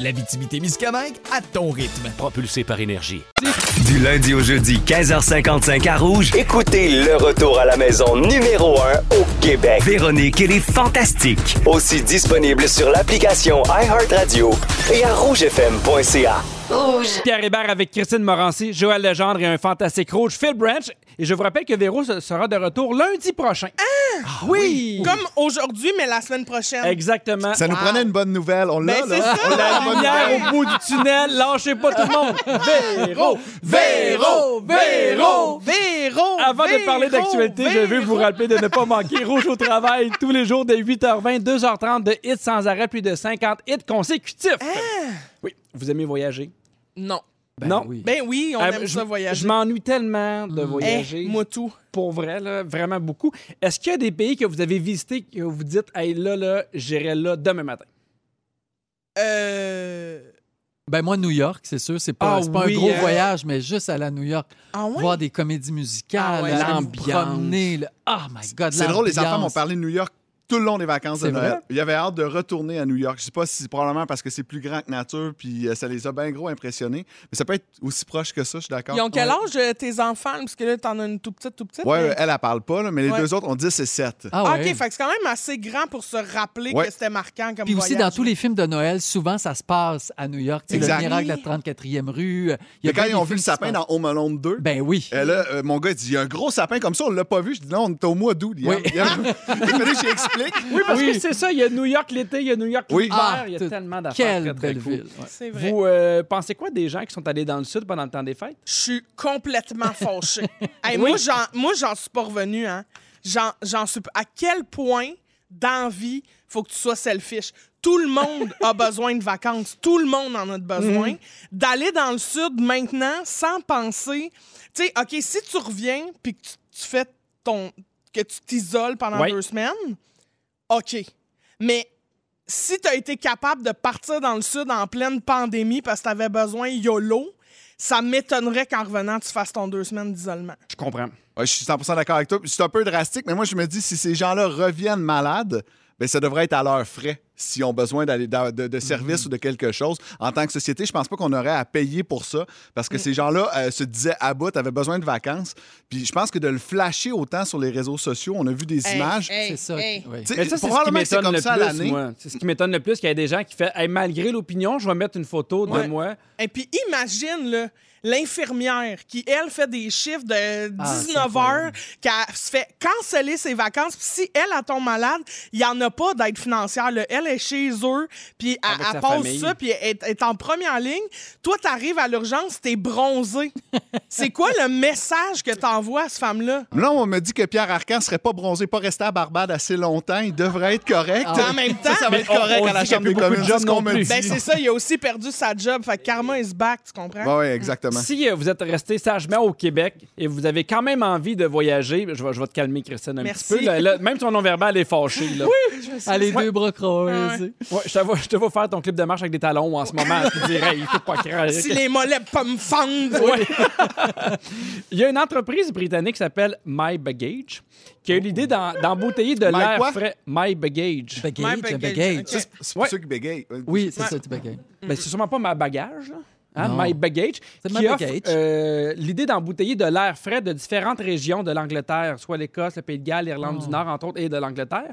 L'Abitibi-Témiscamingue à ton rythme. Propulsé par énergie. Du lundi au jeudi, 15h55 à Rouge. Écoutez le retour à la maison numéro 1 au Québec. Véronique et les Fantastiques. Aussi disponible sur l'application iHeartRadio et à rougefm.ca. Pierre Hébert avec Christine Morancy, Joël Legendre et un fantastique rouge, Phil Branch. Et je vous rappelle que Véro se- sera de retour lundi prochain. Ah, oui! Comme aujourd'hui, mais la semaine prochaine. Exactement. Ça nous prenait une bonne nouvelle. On l'a, Ben, c'est là. ça. On l'a, la bonne Lumière nouvelle. au bout du tunnel, lâchez pas tout le monde. Véro! Véro! Véro! Véro! Avant Véro, de parler d'actualité, je veux Véro. vous rappeler de ne pas manquer Rouge au travail tous les jours de 8h20, 2h30 de hits sans arrêt, plus de 50 hits consécutifs. Ah. Oui, vous aimez voyager? Non. Ben Non. oui. Ben oui, on Euh, aime je- ça Je voyager. m'ennuie tellement de Eh, voyager. moi tout. pour vrai, là, vraiment beaucoup. Est-ce qu'il y a des pays que vous avez visités que vous dites, hey, là, là, j'irai là demain matin? Euh... Ben moi, New York, c'est sûr, c'est pas, Ah c'est pas oui, un gros hein? voyage, mais juste aller à New York, Ah ouais? voir des comédies musicales, Ah ouais, aller vous l'ambiance. promener, le- Oh my God, C'est drôle, les enfants m'ont l'ambiance. parlé de New York tout le long des vacances de C'est Noël. vrai? Il avait hâte de retourner à New York. Je sais pas si probablement parce que c'est plus grand que nature, puis euh, ça les a bien gros impressionnés. Mais ça peut être aussi proche que ça, je suis d'accord. Ils ont quel âge euh, tes enfants? Parce que là, t'en as une tout petite, tout petite. Ouais, mais- euh, elle, elle parle pas, là, mais les Ouais. deux autres ont 10 et 7. Ah Ah, ouais. OK, fait que c'est quand même assez grand pour se rappeler Ouais. que c'était marquant comme Puis aussi, dans voyage. tous les films de Noël, souvent, ça se passe à New York. C'est le Exact. miracle de la 34e rue. euh, il y a Mais quand bien ils ont des vu films le qui se sapin dans passent. Home Alone 2, Ben oui. Et là, euh, mon gars, il dit, il y a un gros sapin comme ça, on l'a pas vu. Je dis, non, on est au mois d'août. Il Oui. il fallait que j'y explique. Oui, parce Oui. que c'est ça, il y a New York l'été, il y a New York Oui. l'hiver, Ah, il y a t- tellement d'affaires. Quelle très, très belle cool. ville. ouais. C'est vrai. Vous euh, pensez quoi des gens qui sont allés dans le sud pendant le temps des fêtes? Je suis complètement fauchée. Hey, Oui. Moi, j'en, moi, j'en suis pas revenue. Hein. J'en, j'en suis. À quel point d'envie faut que tu sois selfish? Tout le monde a besoin de vacances. Tout le monde en a de besoin. Mm-hmm. D'aller dans le sud maintenant sans penser. Tu sais, OK, si tu reviens puis que tu, tu fais ton. que tu t'isoles pendant Ouais. deux semaines, OK. Mais si tu as été capable de partir dans le sud en pleine pandémie parce que tu avais besoin YOLO, ça m'étonnerait qu'en revenant, tu fasses ton deux semaines d'isolement. Je comprends. Ouais, je suis 100 d'accord avec toi. C'est un peu drastique, mais moi, je me dis, si ces gens-là reviennent malades, ben, ça devrait être à leurs frais s'ils ont besoin d'aller d'a- de, de services Mm-hmm. ou de quelque chose. En tant que société, je pense pas qu'on aurait à payer pour ça parce Mm. que ces gens-là euh, se disaient à bout, avaient besoin de vacances. Puis je pense que de le flasher autant sur les réseaux sociaux, on a vu des images. C'est ça. oui. Tu sais, Mais ça, c'est ce qui probablement que c'est m'étonne comme le ça à plus, l'année. moi. C'est ce qui m'étonne le plus, qu'il y a des gens qui font hey, « Malgré l'opinion, je vais mettre une photo de Ouais. moi. Et puis imagine là, l'infirmière qui, elle, fait des chiffres de Ah, c'est 19 heures, qui se fait canceller ses vacances. Puis si elle, elle tombe malade, il n'y en a pas d'aide financière. là. Elle est chez eux, puis elle, Avec sa elle pose famille. ça, puis elle est, est en première ligne. Toi, tu arrives à l'urgence, t'es bronzé. C'est quoi le message que t'envoies à cette femme-là? Là, on me dit que Pierre Arcan serait pas bronzé, pas resté à Barbade assez longtemps. Il devrait être correct. Ah. En même temps, Ah Ça va être correct à la Chambre des communes. C'est ce qu'on me dit. ben, c'est ça, il a aussi perdu sa job. Fait que karma is back, tu comprends? Ouais, ouais, exactement. Si euh, vous êtes resté sagement au Québec et vous avez quand même envie de voyager, je vais, je vais te calmer, Christine, un Merci. petit peu. là. Là, même ton non-verbal est fâché. Là. Ah, les deux bras creusés. Ouais, je, te vois, je te vois faire ton clip de marche avec des talons en ce moment. Tu te dirais, il faut pas craindre. Si les mollets pas me fendent. Il y a une entreprise britannique qui s'appelle My Baggage qui a eu l'idée d'en- d'embouteiller de My l'air quoi? frais. My Baggage. Bagage, bagage, bagage. ok. Ça, C'est c'est pour Ouais. ceux qui bégayent. Euh, Oui, c'est ça, tu bagage. Ben, c'est sûrement pas ma bagage, là. Hein, Non. my baggage, C'est qui My offre Baggage. euh, l'idée d'embouteiller de l'air frais de différentes régions de l'Angleterre, soit l'Écosse, le Pays de Galles, l'Irlande du Nord, entre autres, et de l'Angleterre.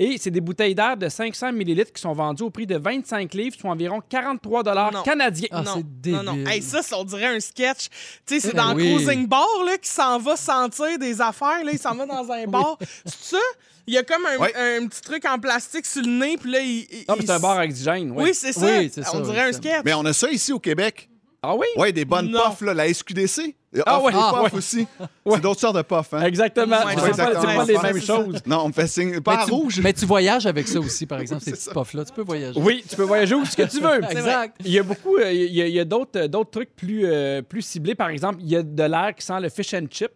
Et c'est des bouteilles d'air de 500 millilitres qui sont vendues au prix de 25 livres, soit environ 43 dollars Non. canadiens. Ah, non, c'est non, non. débile. Hey, ça, ça, on dirait un sketch. Tu sais, c'est Eh Ben dans oui. Cruising Bar là, qui s'en va sentir des affaires. Là, il s'en va dans un bar. C'est ça? Il y a comme un, Ouais. un petit truc en plastique sur le nez, puis là, il. il- Non, mais c'est il- un bar à oxygène, oui. Oui, c'est ça. Oui, c'est On ça, dirait oui, un ça. sketch. Mais on a ça ici au Québec. Ah oui? Oui, des bonnes Non. puffs, là, la SQDC. Ah offre ouais, des ah puffs ouais. Euh, aussi. C'est d'autres sortes de puffs. Hein? Exactement. c'est Ouais, ouais, pas, c'est exactement. pas les Ouais, mêmes c'est ça. choses. Non, on me fait signe. Pas à mais, tu, rouge. mais tu voyages avec ça aussi, par exemple, ces c'est petits ça. puffs-là. Tu peux voyager. Oui, tu peux voyager où ce que tu veux. Exact. Il y a beaucoup, euh, il y a, il y a d'autres, euh, d'autres trucs plus, euh, plus ciblés. Par exemple, il y a de l'air qui sent le fish and chip.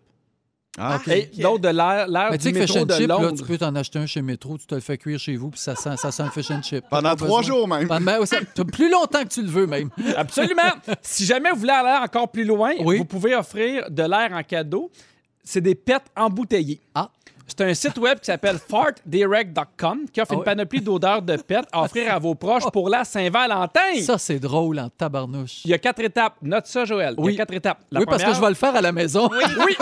Ah, OK. Et d'autres de l'air, l'air Mais tu Ah, du sais que fish métro and de chip, là, Londres. tu peux t'en acheter un chez Métro, tu te le fais cuire chez vous, puis ça sent, ça sent le fish and chip. T'as Pendant pas trois besoin. jours même. Pendant- ouais, ça- t'as plus longtemps que tu le veux, même. Absolument. si jamais vous voulez aller encore plus loin, Oui. vous pouvez offrir de l'air en cadeau. C'est des pets embouteillés. Ah. C'est un site web qui s'appelle fartdirect.com qui offre Ah une ouais. panoplie d'odeurs de pets à offrir à vos proches pour la Saint-Valentin. Ça, c'est drôle en tabarnouche. Il y a quatre étapes. Note ça, Joël. Il Oui. y a quatre étapes. La oui, parce que première, je vais le faire à la maison. Oui.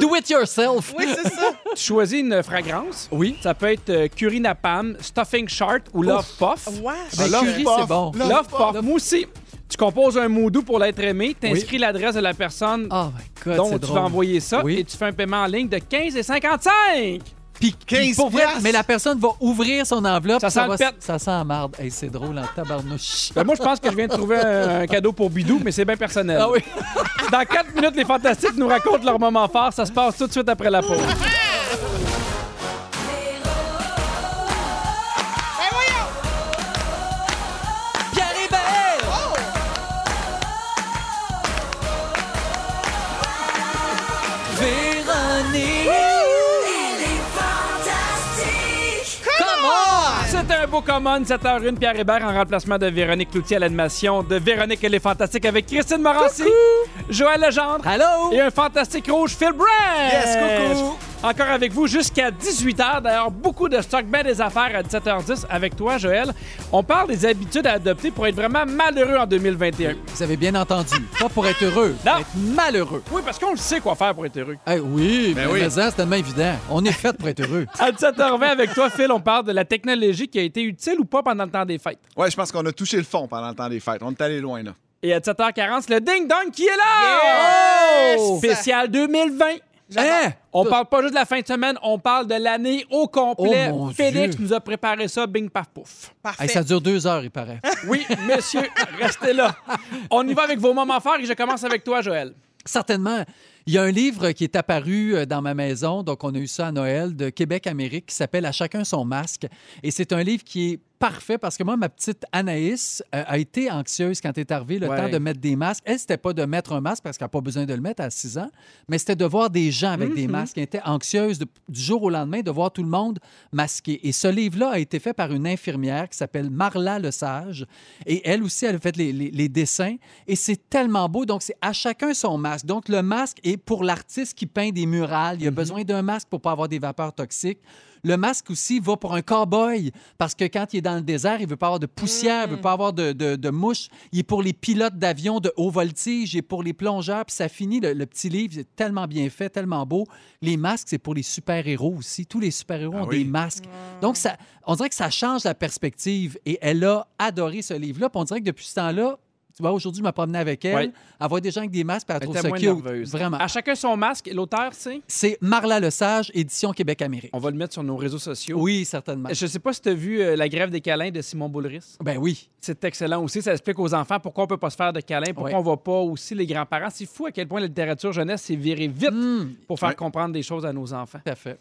Do it yourself. Oui, c'est ça. Tu choisis une fragrance. Oui. Ça peut être euh, Curry Napalm, Stuffing Shark ou Love Puff. Ouais. Ben, Love curry, puff. c'est bon. Love Love Puff. Puff. Moi aussi. Tu composes un mot doux pour l'être aimé, t'inscris l'adresse de la personne Oh my God, dont c'est tu drôle. vas envoyer ça Oui. et tu fais un paiement en ligne de 15 et 55. Puis, puis 15 pour vrai, piastres. mais la personne va ouvrir son enveloppe. Ça sent va- le pet. Ça sent la marde. Hey, c'est drôle en tabarnouche. Ben, moi, je pense que je viens de trouver un, un cadeau pour Bidou, mais c'est bien personnel. Ah oui. Dans 4 minutes, les Fantastiques nous racontent leur moment fort. Ça se passe tout de suite après la pause. Pierre Hébert! Véronique! C'est un beau common, 7h01, Pierre Hébert en remplacement de Véronique Cloutier à l'animation de Véronique et les Fantastiques avec Christine Morancy, Joël Legendre Allô? et un fantastique rouge, Phil Brand. Yes, coucou. Encore avec vous jusqu'à 18h. D'ailleurs, beaucoup de stock, bien des affaires à 17h10 avec toi, Joël. On parle des habitudes à adopter pour être vraiment malheureux en 2021. Vous avez bien entendu. Pas pour être heureux, Non. pour être malheureux. Oui, parce qu'on le sait quoi faire pour être heureux. Eh oui, mais Ben oui. mais ça, c'est tellement évident. On est fait pour être heureux. À 17h20 avec toi, Phil, on parle de la technologie qui a été utile ou pas pendant le temps des fêtes. Ouais, je pense qu'on a touché le fond pendant le temps des fêtes. On est allé loin, là. Et à 17h40, le Ding Dong qui est là! Oh! Yes! Spécial 2020. Hein? On parle pas juste de la fin de semaine, on parle de l'année au complet. Oh, mon Félix Dieu. nous a préparé ça, bing paf pouf. Parfait. Hey, ça dure deux heures, il paraît. Oui, monsieur, restez là. On y va avec vos moments forts et je commence avec toi, Joël. Certainement. Il y a un livre qui est apparu euh, dans ma maison, donc on a eu ça à Noël, de Québec-Amérique, qui s'appelle À chacun son masque. Et c'est un livre qui est parfait parce que moi, ma petite Anaïs euh, a été anxieuse quand est arrivé le Ouais. temps de mettre des masques. Elle, c'était pas de mettre un masque parce qu'elle n'a pas besoin de le mettre à 6 ans, mais c'était de voir des gens avec des masques. Elle était anxieuse de- du jour au lendemain de voir tout le monde masqué. Et ce livre-là a été fait par une infirmière qui s'appelle Marla Lesage. Et elle aussi, elle a fait les, les- les dessins. Et c'est tellement beau. Donc, c'est à chacun son masque. Donc, le masque est pour l'artiste qui peint des murales. Il a besoin d'un masque pour pas avoir des vapeurs toxiques. Le masque aussi va pour un cow-boy parce que quand il est dans le désert, il veut pas avoir de poussière, il veut pas avoir de, de- de mouches. Il est pour les pilotes d'avions de haut voltige, il est pour les plongeurs. Puis ça finit, le, le petit livre, c'est tellement bien fait, tellement beau. Les masques, c'est pour les super-héros aussi. Tous les super-héros Ah ont oui. des masques. Donc, ça, on dirait que ça change la perspective. Et elle a adoré ce livre-là. Puis on dirait que depuis ce temps-là, tu vois, aujourd'hui, je me promenais avec elle. Ouais. Elle voit des gens avec des masques, puis elle trouve T'es ça moins cute. nerveuse. Ah. Vraiment. À chacun son masque, et l'auteur, c'est. C'est Marla Lesage, Édition Québec-Amérique. On va le mettre sur nos réseaux sociaux. Oui, certainement. Je sais pas si tu as vu euh, La grève des câlins de Simon Boulris. Ben oui. C'est excellent aussi. Ça explique aux enfants pourquoi on peut pas se faire de câlins, pourquoi Ouais. on va pas aussi les grands-parents. C'est fou à quel point la littérature jeunesse s'est virée vite Hmm, pour faire comprendre des choses à nos enfants. tout à fait.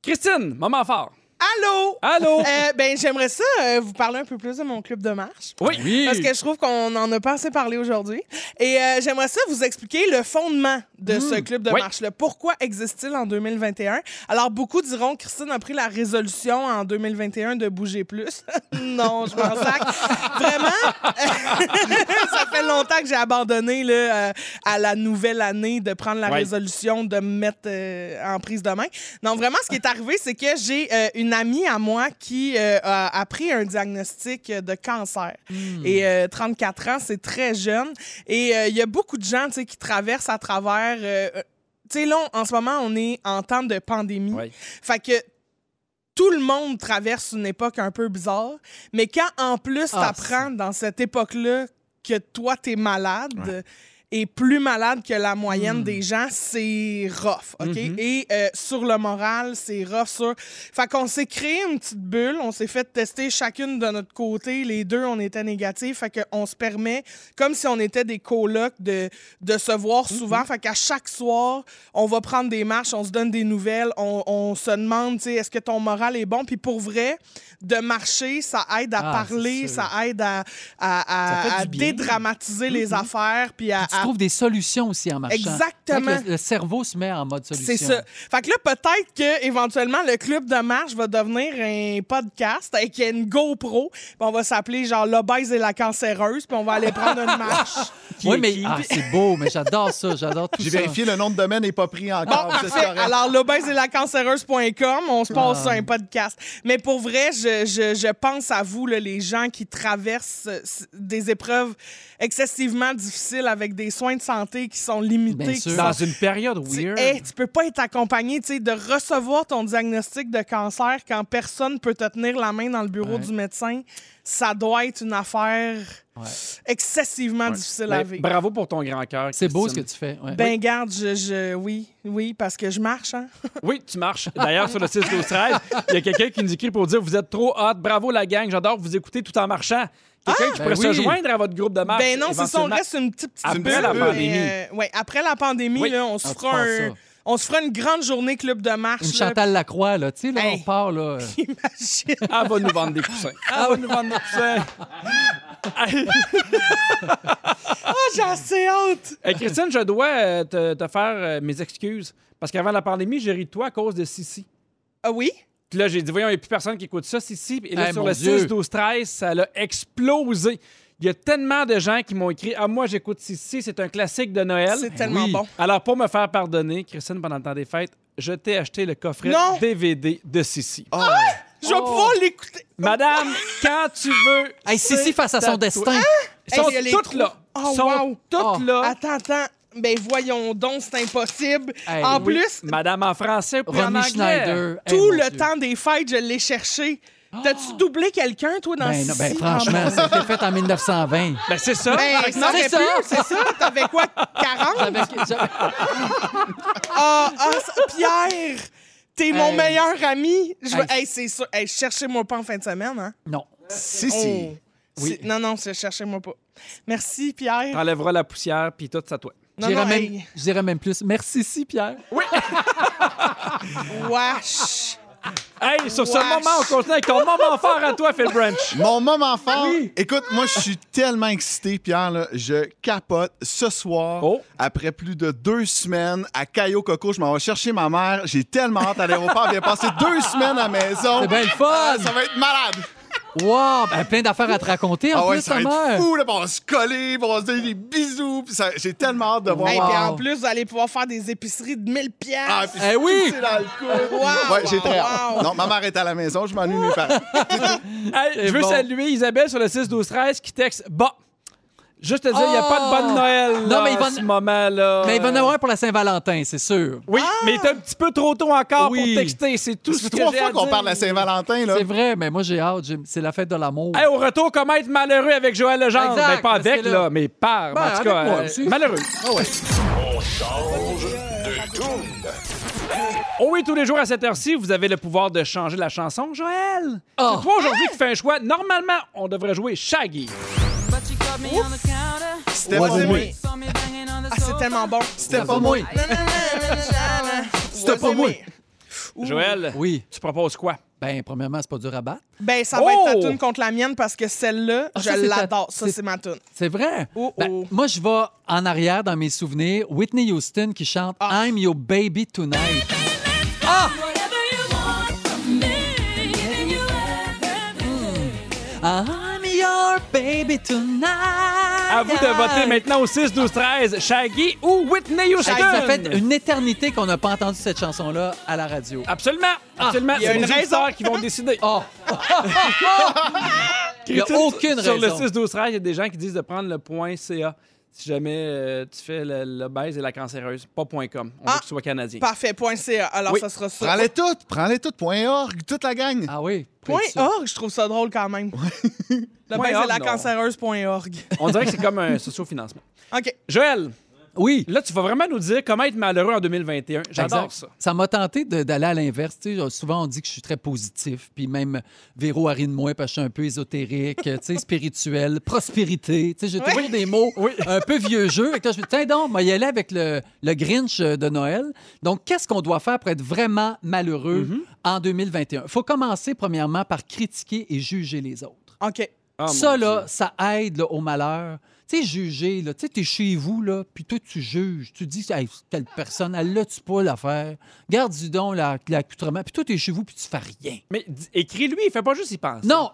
Christine, moment fort. Allô? Allô? Euh, ben, j'aimerais ça euh, vous parler un peu plus de mon club de marche. Oui. Parce que je trouve qu'on en a pas assez parlé aujourd'hui. Et euh, j'aimerais ça vous expliquer le fondement de ce club de Oui. marche-là. Pourquoi existe-t-il en 2021? Alors, beaucoup diront que Christine a pris la résolution en 2021 de bouger plus. non, je m'en sac. Vraiment, ça fait longtemps que j'ai abandonné là, euh, à la nouvelle année de prendre la Ouais. résolution de me mettre euh, en prise de main. Non, vraiment, ce qui est arrivé, c'est que j'ai euh, une amie à moi qui euh, a, a pris un diagnostic euh, de cancer. Hmm. Et euh, 34 ans, c'est très jeune. Et euh, il y a beaucoup de gens tu sais, qui traversent à travers. euh, euh, tu sais, là, on- en ce moment, on est en temps de pandémie. Ouais. Fait que tout le monde traverse une époque un peu bizarre, mais quand en plus Ah, t'apprends dans cette époque-là que toi t'es malade et plus malade que la Hmm. moyenne des gens, c'est rough, OK? Mm-hmm. Et euh, sur le moral, c'est rough sur... Fait qu'on s'est créé une petite bulle, on s'est fait tester chacune de notre côté, les deux, on était négatifs, fait qu'on se permet, comme si on était des colocs, de, de se voir Mm-hmm. souvent, fait qu'à chaque soir, on va prendre des marches, on se donne des nouvelles, on, on se demande, tu sais, est-ce que ton moral est bon? Puis pour vrai, de marcher, ça aide à Ah, parler, c'est sûr. ça aide à, à- à- Ça fait à du bien. Mm-hmm. dédramatiser les affaires, puis à- Tu à trouves des solutions aussi en marchant. Ah. Exactement. Fait que Le, le cerveau se met en mode solution. C'est ça. Fait que là, peut-être que éventuellement le club de marche va devenir un podcast avec une GoPro. Puis on va s'appeler genre l'obèse et la cancéreuse. Puis on va aller prendre une marche. Oui, mais ah, c'est beau, mais j'adore ça, j'adore tout J'ai ça. vérifié, le nom de domaine n'est pas pris Bon, encore. c'est parfait. correct. Alors, l'obèse et la cancéreuse.com, on se passe Ah. sur un podcast. Mais pour vrai, je, je- je pense à vous, là, les gens qui traversent euh, s- des épreuves excessivement difficiles avec des soins de santé qui sont Bien limités, qui sûr. sont Dans une période Tu- weird. hey, tu peux pas être accompagné, tu sais, de recevoir ton diagnostic de cancer quand personne peut te tenir la main dans le bureau Ouais. du médecin. Ça doit être une affaire Ouais. excessivement difficile à Ben, vivre. bravo pour ton grand cœur. C'est beau ce que Christine. tu fais. ouais. Ben garde, je, je- oui, oui, parce que je marche. Hein? Oui, tu marches. D'ailleurs, sur le 6 12 13 il y a quelqu'un qui nous écrit pour dire Vous êtes trop hot, bravo la gang, j'adore vous écouter tout en marchant. Quelqu'un qui ben pourrait se oui. joindre à votre groupe de marche. ben non, c'est ça, on éventuellement. reste une petite, petite Après bulle, la mais, pandémie. euh, ouais, après la pandémie, Oui. là, on se Ah, tu fera penses un- ça. on se fera une grande journée club de marche. Une là, Chantal Lacroix, là, tu sais, là, Hey. on part, là. euh, puis- Elle va nous vendre des coussins. Elle va nous vendre des coussins. Ah, j'ai assez hâte! Hey, Christine, je dois euh, te, te faire euh, mes excuses. Parce qu'avant la pandémie, j'ai ri de toi à cause de Sissi. Ah oui? Puis là, j'ai dit, voyons, il n'y a plus personne qui écoute ça, Sissi. Et là, Hey, sur mon le Dieu. 6, 12, 13, ça l'a explosé. Il y a tellement de gens qui m'ont écrit Ah, moi, j'écoute Sissi, c'est un classique de Noël. C'est tellement Oui. bon. Alors, pour me faire pardonner, Christine, pendant le temps des fêtes, je t'ai acheté le coffret Non. Oh. DVD de Sissi. Je vais Oh. pouvoir l'écouter. Madame, quand tu veux. Hey, c'est Sissi face à son ta- destin. Ils sont Hey, il y a les toutes trous. là. Oh, Ils sont wow. Ah. toutes Oh. là. Attends, attends. Ben voyons donc, c'est impossible. Hey, en Oui, plus, Madame en français puis en Ronnie anglais. Schneider. Hey, tout mon le Dieu. Ah. temps des fêtes, je l'ai cherché. T'as-tu doublé quelqu'un, toi, dans Ben, ce non, ben, franchement, c'était fait en 1920. Ben, c'est ça. Ben, ça aurait c'est ça. pu, c'est ça. T'avais quoi, 40? Avec- j'avais- Ah, ah, ça- Pierre, t'es mon Hey. meilleur ami. Je veux... Hey. Hey, c'est sûr. Hey, cherchez-moi pas en fin de semaine, hein? Non. Si, Oh. si. Oui. Ah, C'est- Non, non, c'est cherchez-moi pas. Merci, Pierre. T'enlèveras la poussière puis tout ça toi. Non, J'irais non, même, hey. j'irais même plus. Merci, si, Pierre. Wesh. Hey, sur ce Wesh. moment, on continue avec ton moment fort à toi, Phil Branch. Mon moment Ah fort. Écoute, moi, je suis tellement excité, Pierre. là. je capote ce soir, Oh. après plus de deux semaines à Cayo Coco. Je m'en vais chercher ma mère. J'ai tellement hâte à l'aéroport. Elle vient passer deux semaines à la maison. Ah, C'est bien le fun! Oh. Ça va être malade. Wow! Ben, plein d'affaires à te raconter en ah ouais, plus, ça ta va mère. être fou. Là, Puis on va se coller, puis on va se donner des bisous. puis ça- J'ai tellement hâte de voir. Hey, Wow. puis en plus, vous allez pouvoir faire des épiceries de 1000 piastres. Ah, puis Eh oui! c'est dans le coude. Wow, ouais, j'ai wow, très hâte. wow. Non, ma mère est à la maison. Je m'ennuie de mes parents. Hey, je veux bon. saluer Isabelle sur le 6-12-13 qui texte Bah, juste te dire, il n'y a Oh. pas de bonne Noël Non, là, mais il va en en- ce moment-là. Mais Ben, il va en avoir pour la Saint-Valentin, c'est sûr. Oui, mais il est un petit peu trop tôt encore Oui. pour texter. C'est tout Ça ce fait que trois j'ai fois à qu'on dire. parle de la Saint-Valentin. là. C'est vrai, mais moi, j'ai hâte. j'ai- C'est la fête de l'amour. Hey, au retour, comment être malheureux avec Joël Legendre? Exact, ben, pas parce que avec, là, là- mais par. Ben, en tout cas, avec moi euh, aussi. malheureux. Ah ouais. Oh oui, tous les jours à cette heure-ci, vous avez le pouvoir de changer la chanson, Joël. Oh. C'est toi aujourd'hui qui fais un choix. Normalement, on devrait jouer Shaggy. C'était Ouais, pas moi. oui. Ah, c'est tellement bon. C'était pas moi. C'était pas moi. Joël, Oui. tu proposes quoi? Ben, premièrement, c'est pas dur à battre. Ben, ça va être Oh! ta tune contre la mienne parce que celle-là, Ah, je ça, c'est ta- l'adore. Ça, c'est- c'est ma tune. C'est vrai. Oh, Ben, oh. moi, je vais en arrière dans mes souvenirs. Whitney Houston qui chante Ah. I'm your baby tonight. Ah! I'm your baby tonight. À vous de voter maintenant au 6-12-13, Shaggy ou Whitney Houston. Hey, ça fait une éternité qu'on n'a pas entendu cette chanson-là à la radio. Absolument, Ah, absolument. il y a C'est une les raison. auditeurs qui vont décider. Oh! Il n'y a aucune Sur raison. le 6 12 13 il y a des gens qui disent de prendre le point .ca si jamais euh, tu fais le- l'obèse et la cancéreuse, pas point .com. On veut Ah. que tu sois canadien. Parfait. Point CA. Alors, Oui. ça sera ça. Prends-les toutes. Prends-les toutes. Point org. Toute la gang. Ah oui. Point peut-être ça. org, je trouve ça drôle quand même. Le Point bain, c'est org, la non. cancéreuse point org. On dirait que c'est comme un socio-financement. OK. Joël, Oui. là, tu vas vraiment nous dire comment être malheureux en 2021. J'adore Exact. ça. Ça m'a tenté de- d'aller à l'inverse. Tu sais, souvent, on dit que je suis très positif. Puis même Véro a ri de moi parce que je suis un peu ésotérique, tu sais, spirituel, prospérité. Tu sais, J'ai toujours des mots un peu vieux jeu. Fait que là, je me dis, tiens donc, on va y aller avec le, le Grinch euh, de Noël. Donc, qu'est-ce qu'on doit faire pour être vraiment malheureux en 2021? Il faut commencer, premièrement, par critiquer et juger les autres. OK. Ah, mon ça, Dieu. là, ça aide là, au malheur. Tu sais, juger, là, tu sais, t'es chez vous, là, puis toi, tu juges. Tu dis, hey, telle personne, elle l'a-tu pas l'affaire? Garde du don, la- l'accoutrement. Puis toi, t'es chez vous, puis tu fais rien. Mais d- écris-lui, il fait pas juste y penser. Non,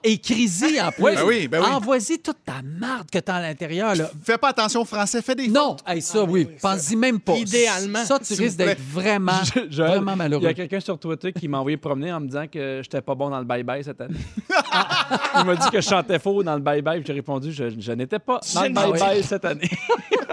écris-y en plus. Oui, ben oui, ben oui. Envoie-y toute ta marde que t'as à l'intérieur, là. Fais pas attention au français. Fais des Non, hey, ça, oui, pense-y même pas. Idéalement, Ça, tu s'il vous risques plaît. d'être vraiment, Joël, vraiment Il y malheureux. a quelqu'un sur Twitter qui m'a envoyé promener en me disant que j'étais pas bon dans le bye-bye cette année. Il m'a dit que je chantais faux dans le bye-bye. puis J'ai répondu je, je n'étais pas dans le Ah oui. bye-bye cette année.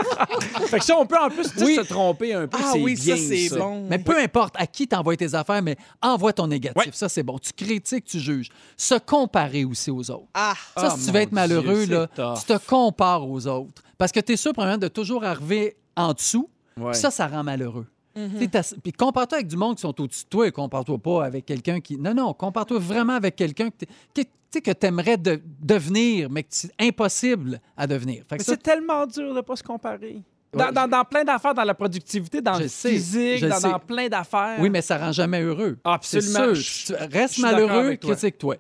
fait que ça, on peut en plus tu sais, Oui. se tromper un peu. Ah c'est oui, bien, ça, c'est bon. Mais peu importe à qui t'envoies tes affaires, mais envoie ton négatif. Ouais. Ça, c'est bon. Tu critiques, tu juges. Se comparer aussi aux autres. Ah. Ça, Ah, si tu veux être mon Dieu, malheureux, c'est là, tough. tu te compares aux autres. Parce que tu es sûr, premièrement, de toujours arriver en dessous. Ouais. Mm-hmm. Ça, ça rend malheureux. T'sais, t'as- Puis compare-toi avec du monde qui sont au-dessus de toi et compare-toi pas avec quelqu'un qui. Non, non, compare-toi vraiment avec quelqu'un que tu que aimerais devenir, mais que c'est impossible à devenir. Fait que Mais ça, c'est tellement dur de pas se comparer. Dans, Ouais, dans- dans plein d'affaires, dans la productivité, dans Je le sais, physique, je dans, sais. dans plein d'affaires. Oui, mais ça rend jamais heureux. Euh, Absolument. C'est sûr. Je- Tu restes je suis d'accord malheureux, avec toi. critique-toi.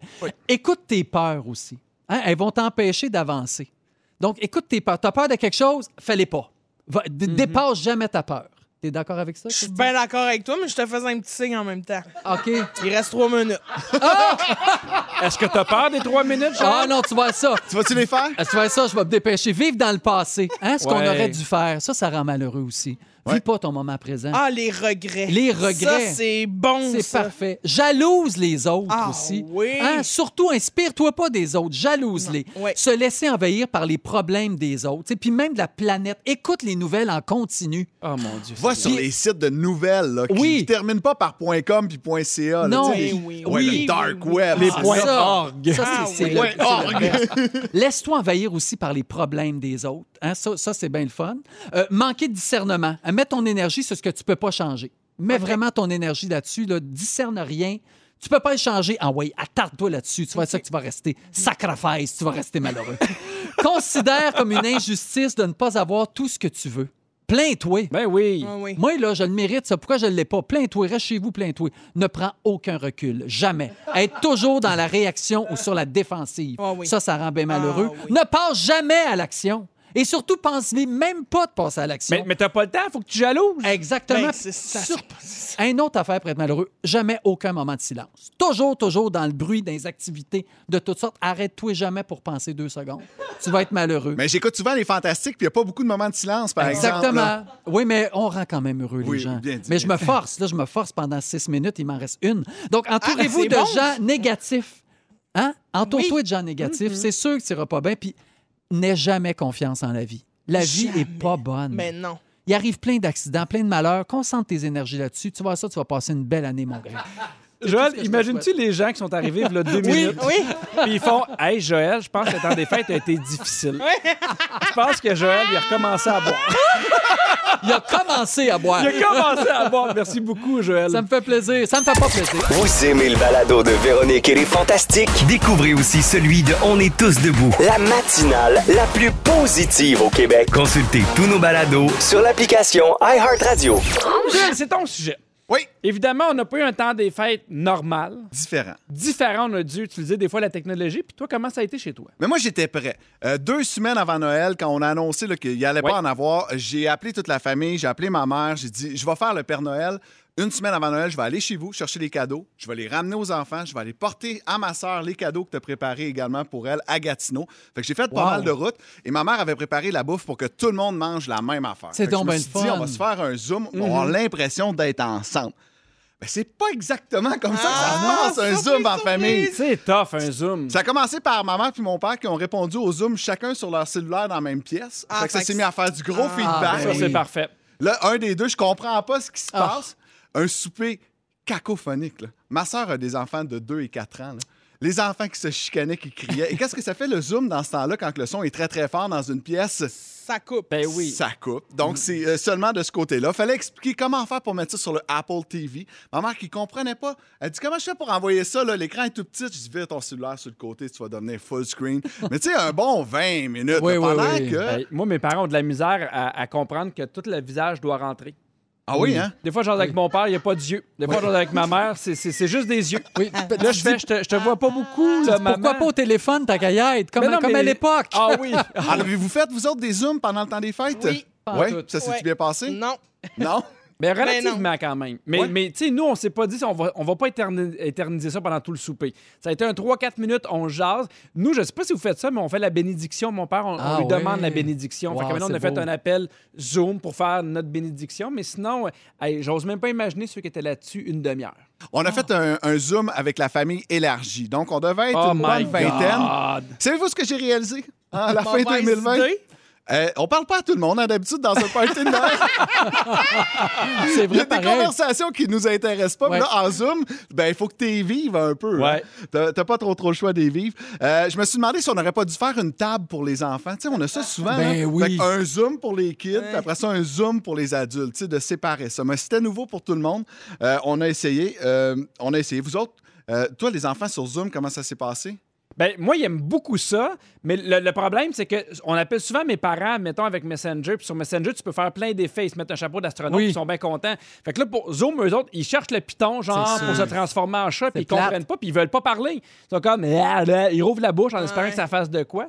Écoute tes peurs aussi. Hein, Elles vont t'empêcher d'avancer. Mhm. Donc, écoute tes peurs. T'as peur de quelque chose, fais-les pas. Va- d- Dépasse jamais ta peur. T'es d'accord avec ça? Je suis Christian? bien d'accord avec toi, mais je te faisais un petit signe en même temps. OK. Il reste trois minutes. Est-ce que t'as peur des trois minutes, Jean? Ah non, tu vois ça. Tu vas-tu les faire? Ah, tu vois ça, je vais me dépêcher. Vivre dans le passé. Hein, ce qu'on Ouais. aurait dû faire. Ça, ça rend malheureux aussi. Vis Ouais. pas ton moment présent. Ah, les regrets. Les regrets. Ça, c'est bon, C'est Mmh, ça. parfait. Jalouse les autres Ah, aussi. oui. Hein, Surtout, inspire-toi pas des autres. Jalouse-les. Non, ouais. Se laisser envahir par les problèmes des autres. tu sais, Puis même de la planète. Écoute les nouvelles en continu. Oh mon Dieu. Va sur les sites de nouvelles là, qui Oui. ne terminent pas par .com puis .ca. là, Non. tu sais, les- Oui, oui, ouais, oui, le dark web. Les c'est points ça. ah, ça. org. Ça, c'est Ah, c'est oui. le- Ouais, c'est le orgue. best. Laisse-toi envahir aussi par les problèmes des autres. Hein, ça, ça, c'est bien le fun. Euh, manquer de discernement. Hein, Mets ton énergie sur ce que tu peux pas changer. Mets vraiment ton énergie là-dessus. Là, discerne rien. Tu peux pas le changer. Ah oui, attarde-toi là-dessus. Tu vois ça que tu vas rester sacrifice. Tu vas rester malheureux. Considère comme une injustice de ne pas avoir tout ce que tu veux. Plains-toi. Ben oui. Ah oui. Moi, là, je le mérite, ça. Pourquoi je ne l'ai pas? Plains-toi, reste chez vous, plains-toi. Ne prends aucun recul, jamais. Être toujours dans la réaction ou sur la défensive. Ah oui. Ça, ça rend bien malheureux. Ah oui. Ne passe jamais à l'action. Et surtout, pense-lui même pas de passer à l'action. Mais, mais t'as pas le temps, faut que tu jalouses. Exactement. Ben, c'est ça, Sur- c'est Un autre affaire pour être malheureux, jamais aucun moment de silence. Toujours, toujours dans le bruit, dans les activités de toutes sortes. Arrête-toi jamais pour penser deux secondes. Tu vas être malheureux. Mais j'écoute souvent les fantastiques puis il n'y a pas beaucoup de moments de silence, par exemple. Exactement. là. oui, mais on rend quand même heureux Oui, les gens. bien dit, mais je bien me force, là, je me force pendant six minutes, il m'en reste une. Donc, entourez-vous Ah, ben, c'est de bon, gens négatifs. Hein? Entoure-toi de gens Mm-hmm. négatifs. C'est sûr que tu n'iras pas bien. Puis, n'aie jamais confiance en la vie. La vie est pas bonne. Mais non. Il arrive plein d'accidents, plein de malheurs. Concentre tes énergies là-dessus. Tu vois ça, tu vas passer une belle année, mon gars. Joël, tout ce que je imagines-tu les gens qui sont arrivés il y a deux minutes? oui. Puis ils font Hey Joël, je pense que le temps des fêtes a été difficile. Je pense que Joël, il a recommencé à boire. Il a commencé à boire. Il a commencé à boire. Merci beaucoup, Joël. Ça me fait plaisir. Ça me fait pas plaisir. Vous aimez le balado de Véronique et les Fantastiques? Découvrez aussi celui de On est tous debout. La matinale la plus positive au Québec. Consultez tous nos balados Sur l'application iHeartRadio. Joël, c'est ton sujet. Oui, Évidemment, on n'a pas eu un temps des fêtes normal. différent. Différent, on a dû utiliser des fois la technologie. Puis toi, comment ça a été chez toi? Mais moi, j'étais prêt. Euh, deux semaines avant Noël, quand on a annoncé là, qu'il n'y allait Oui. pas en avoir, j'ai appelé toute la famille, j'ai appelé ma mère, j'ai dit Je vais faire le Père Noël. Une semaine avant Noël, je vais aller chez vous chercher les cadeaux, je vais les ramener aux enfants, je vais aller porter à ma sœur les cadeaux que tu as préparés également pour elle à Gatineau. Fait que j'ai fait pas mal de route et ma mère avait préparé la bouffe pour que tout le monde mange la même affaire. C'est Fait que je donc me ben suis le dit, fun. Mm-hmm. on va se faire un zoom, on va avoir l'impression d'être ensemble. Mais c'est pas exactement comme ça Ah, que ça se passe, un zoom en famille. C'est tough, un Zoom. Ça a commencé par ma mère puis mon père qui ont répondu au Zoom chacun sur leur cellulaire dans la même pièce. Ah, Fait que ça fait s'est que- mis à faire du gros Ça, feedback. ben c'est oui. parfait. Là, un des deux, je comprends pas ce qui se Ah. passe. Un souper cacophonique. là. Ma soeur a des enfants de 2 et 4 ans. là. Les enfants qui se chicanaient, qui criaient. Et qu'est-ce que ça fait le Zoom dans ce temps-là quand le son est très très fort dans une pièce? Ça coupe. Ben oui. Ça coupe. Donc, c'est euh, seulement de ce côté-là. Fallait expliquer comment faire pour mettre ça sur le Apple TV. Ma mère qui comprenait pas, elle dit Comment je fais pour envoyer ça là? L'écran est tout petit. Je dis Vire ton cellulaire sur le côté, tu vas devenir full screen. Mais tu sais, un bon 20 minutes. Oui, là, oui, pendant oui. que. Hey, Ben, moi, mes parents ont de la misère à, à comprendre que tout le visage doit rentrer. Ah oui, hein Des fois, j'en avec mon père, il n'y a pas d'yeux. Des fois, j'en avec ma mère, c'est- c'est c'est juste des yeux. Oui. Ah. Là, je fais, je te, je te vois pas beaucoup, là, maman. Pourquoi pas au téléphone, ta gaillette? Comme, Mais non, comme mais- à l'époque. Ah oui. Ah, Avez-vous fait, vous autres, des Zooms pendant le temps des fêtes? Oui. Pas en Ouais, tout. ça s'est-tu Ouais. bien passé? Ben, Non. Non? Mais non. relativement quand même. Mais, Ouais. mais tu sais, nous, on s'est pas dit, on va, on va pas éterni- éterniser ça pendant tout le souper. Ça a été un 3-4 minutes, on jase. Nous, je sais pas si vous faites ça, mais on fait la bénédiction. Mon père, on, on Ah lui ouais. demande la bénédiction. Fait que Wow, maintenant, on c'est a fait beau. un appel Zoom pour faire notre bénédiction. Mais sinon, euh, hey, j'ose même pas imaginer ceux qui étaient là-dessus une demi-heure. On a fait un, un Zoom avec la famille élargie. Donc, on devait être Oh une my bonne vingtaine. God! Savez-vous ce que j'ai réalisé hein, à la fin Mauvaise 2020? idée. Euh, on parle pas à tout le monde, hein, d'habitude, dans un party de Noël. Ah, C'est Il y a vrai, des pareil. conversations qui nous intéressent pas. mais Ouais. là, en Zoom, ben, il faut que tu les vives un peu. hein. Ouais. T'as t'as pas trop, trop le choix de les vivre. Euh, je me suis demandé si on n'aurait pas dû faire une table pour les enfants. Tu sais, on a ça souvent. Ben hein. oui. Fait que un Zoom pour les kids, puis après ça, un Zoom pour les adultes, tu sais, de séparer ça. Mais c'était nouveau pour tout le monde. Euh, on a essayé. euh, on a essayé. Vous autres, euh, toi, les enfants sur Zoom, comment ça s'est passé? Ben, moi, il aime beaucoup ça, mais le, le problème, c'est que on appelle souvent mes parents, mettons, avec Messenger, puis sur Messenger, tu peux faire plein d'effets, ils se mettent un chapeau d'astronaute, Oui. puis ils sont bien contents. Fait que là, pour Zoom, eux autres, ils cherchent le piton, genre, C'est pour se sûr. transformer en chat, puis ils plate. comprennent pas, puis ils veulent pas parler. Ils sont comme, Ah, là, ils rouvrent la bouche en espérant que ça fasse de quoi. Mm.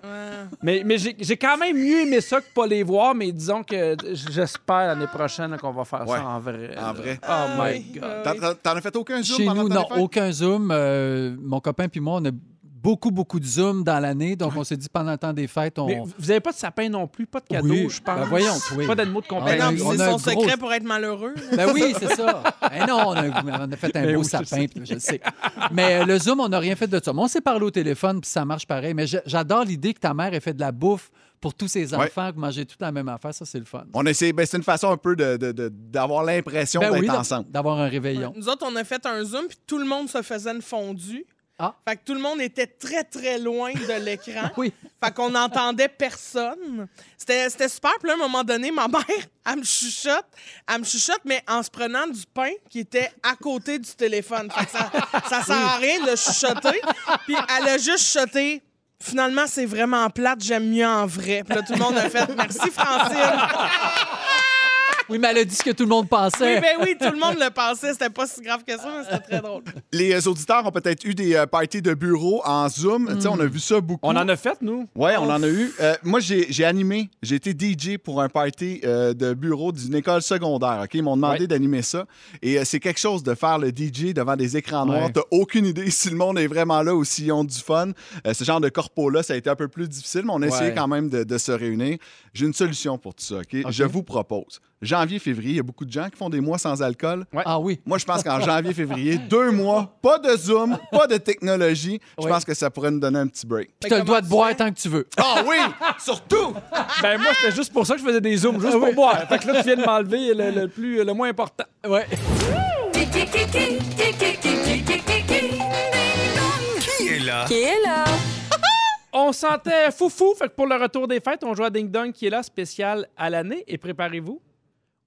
Mais, mais j'ai j'ai quand même mieux aimé ça que pas les voir, mais disons que j'espère l'année prochaine là, qu'on va faire Ouais, ça en vrai. en là. vrai. Oh Ah my God. T'en- T'en t'en as fait aucun zoom Euh, Chez pendant nous, ton non, affaire? aucun Zoom. Euh, mon copain puis moi, on a beaucoup, beaucoup de Zoom dans l'année. Donc, on s'est dit pendant le temps des fêtes, on. Mais vous avez pas de sapin non plus, pas de cadeau, Oui. je pense. Ben voyons, oui. Ah, Pas d'animaux de Mais compagnie. Ben non, Ben, on puis a c'est un son gros- secret pour être malheureux. Ben oui, c'est ça. Ben non, on a, on a fait un Ben beau oui, je sapin, sais. puis je le sais. Mais euh, le Zoom, on n'a rien fait de ça. Mais on s'est parlé au téléphone, puis ça marche pareil. Mais je- j'adore l'idée que ta mère ait fait de la bouffe pour tous ses Ouais. enfants, que manger toute la même affaire. Ça, c'est le fun. On essaie, ben, c'est une façon un peu de- de- de- d'avoir l'impression Ben d'être oui, d'a- ensemble. d'avoir un réveillon. Nous autres, on a fait un Zoom, puis tout le monde se faisait une fondue. Ah. Fait que tout le monde était très, très loin de l'écran. Oui. Fait qu'on n'entendait personne. C'était c'était super. Puis là, à un moment donné, ma mère, elle me chuchote. Elle me chuchote, mais en se prenant du pain qui était à côté du téléphone. Fait que ça, ça sert à rien de le chuchoter. Puis elle a juste chuchoté. Finalement, c'est vraiment plate, j'aime mieux en vrai. Puis là, tout le monde a fait Merci, Francine. Oui, mais elle a dit ce que tout le monde pensait. Oui, ben oui, tout le monde le pensait. C'était pas si grave que ça, mais c'était très drôle. Les euh, auditeurs ont peut-être eu des euh, parties de bureau en Zoom. Tu sais, Hmm. on a vu ça beaucoup. On en a fait, nous. Ouais, on en a eu. Euh, moi, j'ai j'ai animé. J'ai été DJ pour un party euh, de bureau d'une école secondaire. OK? Ils m'ont demandé Ouais. d'animer ça. Et euh, c'est quelque chose de faire le DJ devant des écrans noirs. Ouais. T'as aucune idée si le monde est vraiment là ou s'ils ont du fun. Euh, ce genre de corpo-là, ça a été un peu plus difficile, mais on a essayé Ouais. quand même de, de se réunir. J'ai une solution pour tout ça. OK? Je vous propose. Janvier, février, il y a beaucoup de gens qui font des mois sans alcool. Ah oui. Moi, je pense qu'en janvier, février, deux mois, pas de Zoom, pas de technologie. Je Oui. pense que ça pourrait nous donner un petit break. Puis t'as le droit comment de tu boire fais? tant que tu veux. Ah oui! Surtout! Ben, moi, c'était juste pour ça que je faisais des zooms, juste pour boire. Fait que là, tu viens de m'enlever le, le plus, le moins important. Ouais. Qui est là? On sentait foufou. Fait que pour le retour des fêtes, on joue à Ding Dong qui est là, spécial à l'année. Et préparez-vous,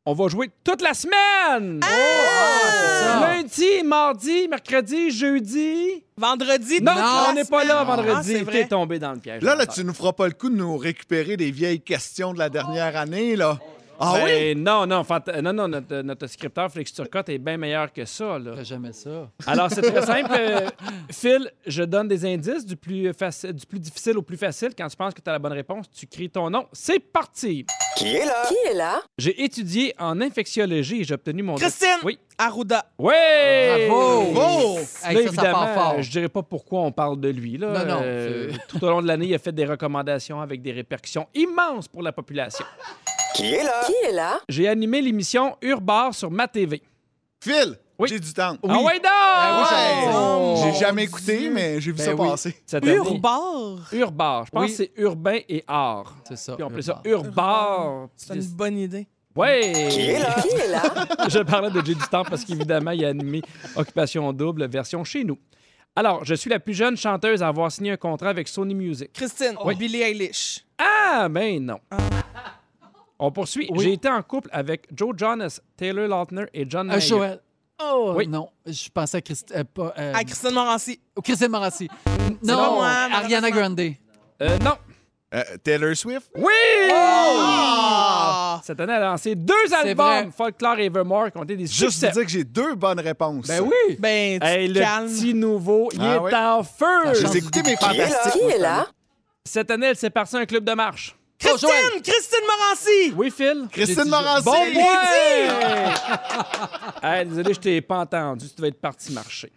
on va jouer toute la semaine! Ah! Ah, ça. Lundi, mardi, mercredi, jeudi. Vendredi, Non, toute la on n'est pas là semaine. Ah, vendredi. c'est T'es vrai. tombé dans le piège. Là, là, tu nous feras pas le coup de nous récupérer des vieilles questions de la dernière année, là. Ah oui? Ben, Non, non, fanta- non, non, notre, notre scripteur Félix Turcotte est bien meilleur que ça. Là. T'as jamais ça. Alors, c'est très simple. Euh, Phil, je donne des indices du plus, faci- du plus difficile au plus facile. Quand tu penses que tu as la bonne réponse, tu cries ton nom. C'est parti! Qui est là? J'ai étudié en infectiologie et j'ai obtenu mon... Christine! Oui. Arruda. Ouais! Bravo! Oh! Hey, Là, ça, ça part évidemment, fort. je dirais pas pourquoi on parle de lui. Là. Non, non, Euh, c'est- tout au long de l'année, il a fait des recommandations avec des répercussions immenses pour la population. Qui est là? J'ai animé l'émission Urbar sur ma TV. Phil, Oui. j'ai du temps. Ben Ah ouais, donc! Eh oui, j'ai- Oh, j'ai mon jamais écouté, mais j'ai vu Ben ça oui. passer. Cette année, Urbar. Urbar. Je pense Oui. que c'est urbain et art. C'est ça. Puis on appelait ça Urbain. Urbar. C'est une bonne idée. Ouais! là? Je parlais de Jay du Temps parce qu'évidemment, il a animé Occupation Double, version chez nous. Alors, je suis la plus jeune chanteuse à avoir signé un contrat avec Sony Music. Christine. Billie Eilish. Ah, mais non. On poursuit. J'ai été en couple avec Joe Jonas, Taylor Lautner et John Euh, Mayer. Joël. Oh, Oui. non. Je pensais à Christ... euh, pas, euh, À Christine Morancy. au Christine Morassi. Non, pas moi, Ariana malheureusement. Grande. Euh, non. Euh, Taylor Swift? Oui! Ah! Cette année, elle a lancé deux albums, vrai. Folklore et Evermore, qui ont été des Juste succès. pour dire que j'ai deux bonnes réponses. oui. Ben, tu Hey, te le calmes. petit nouveau, il Ah est ouais. en feu! Je les ai écoutés, mes fantastiques. moi, cette année. Cette année, elle s'est partie à un club de marche. Christine! Christine Morancy! Oui, Phil? J'ai Christine dit- Morancy! Ouais! hey, désolé, je t'ai pas entendu. Tu devais être parti marcher.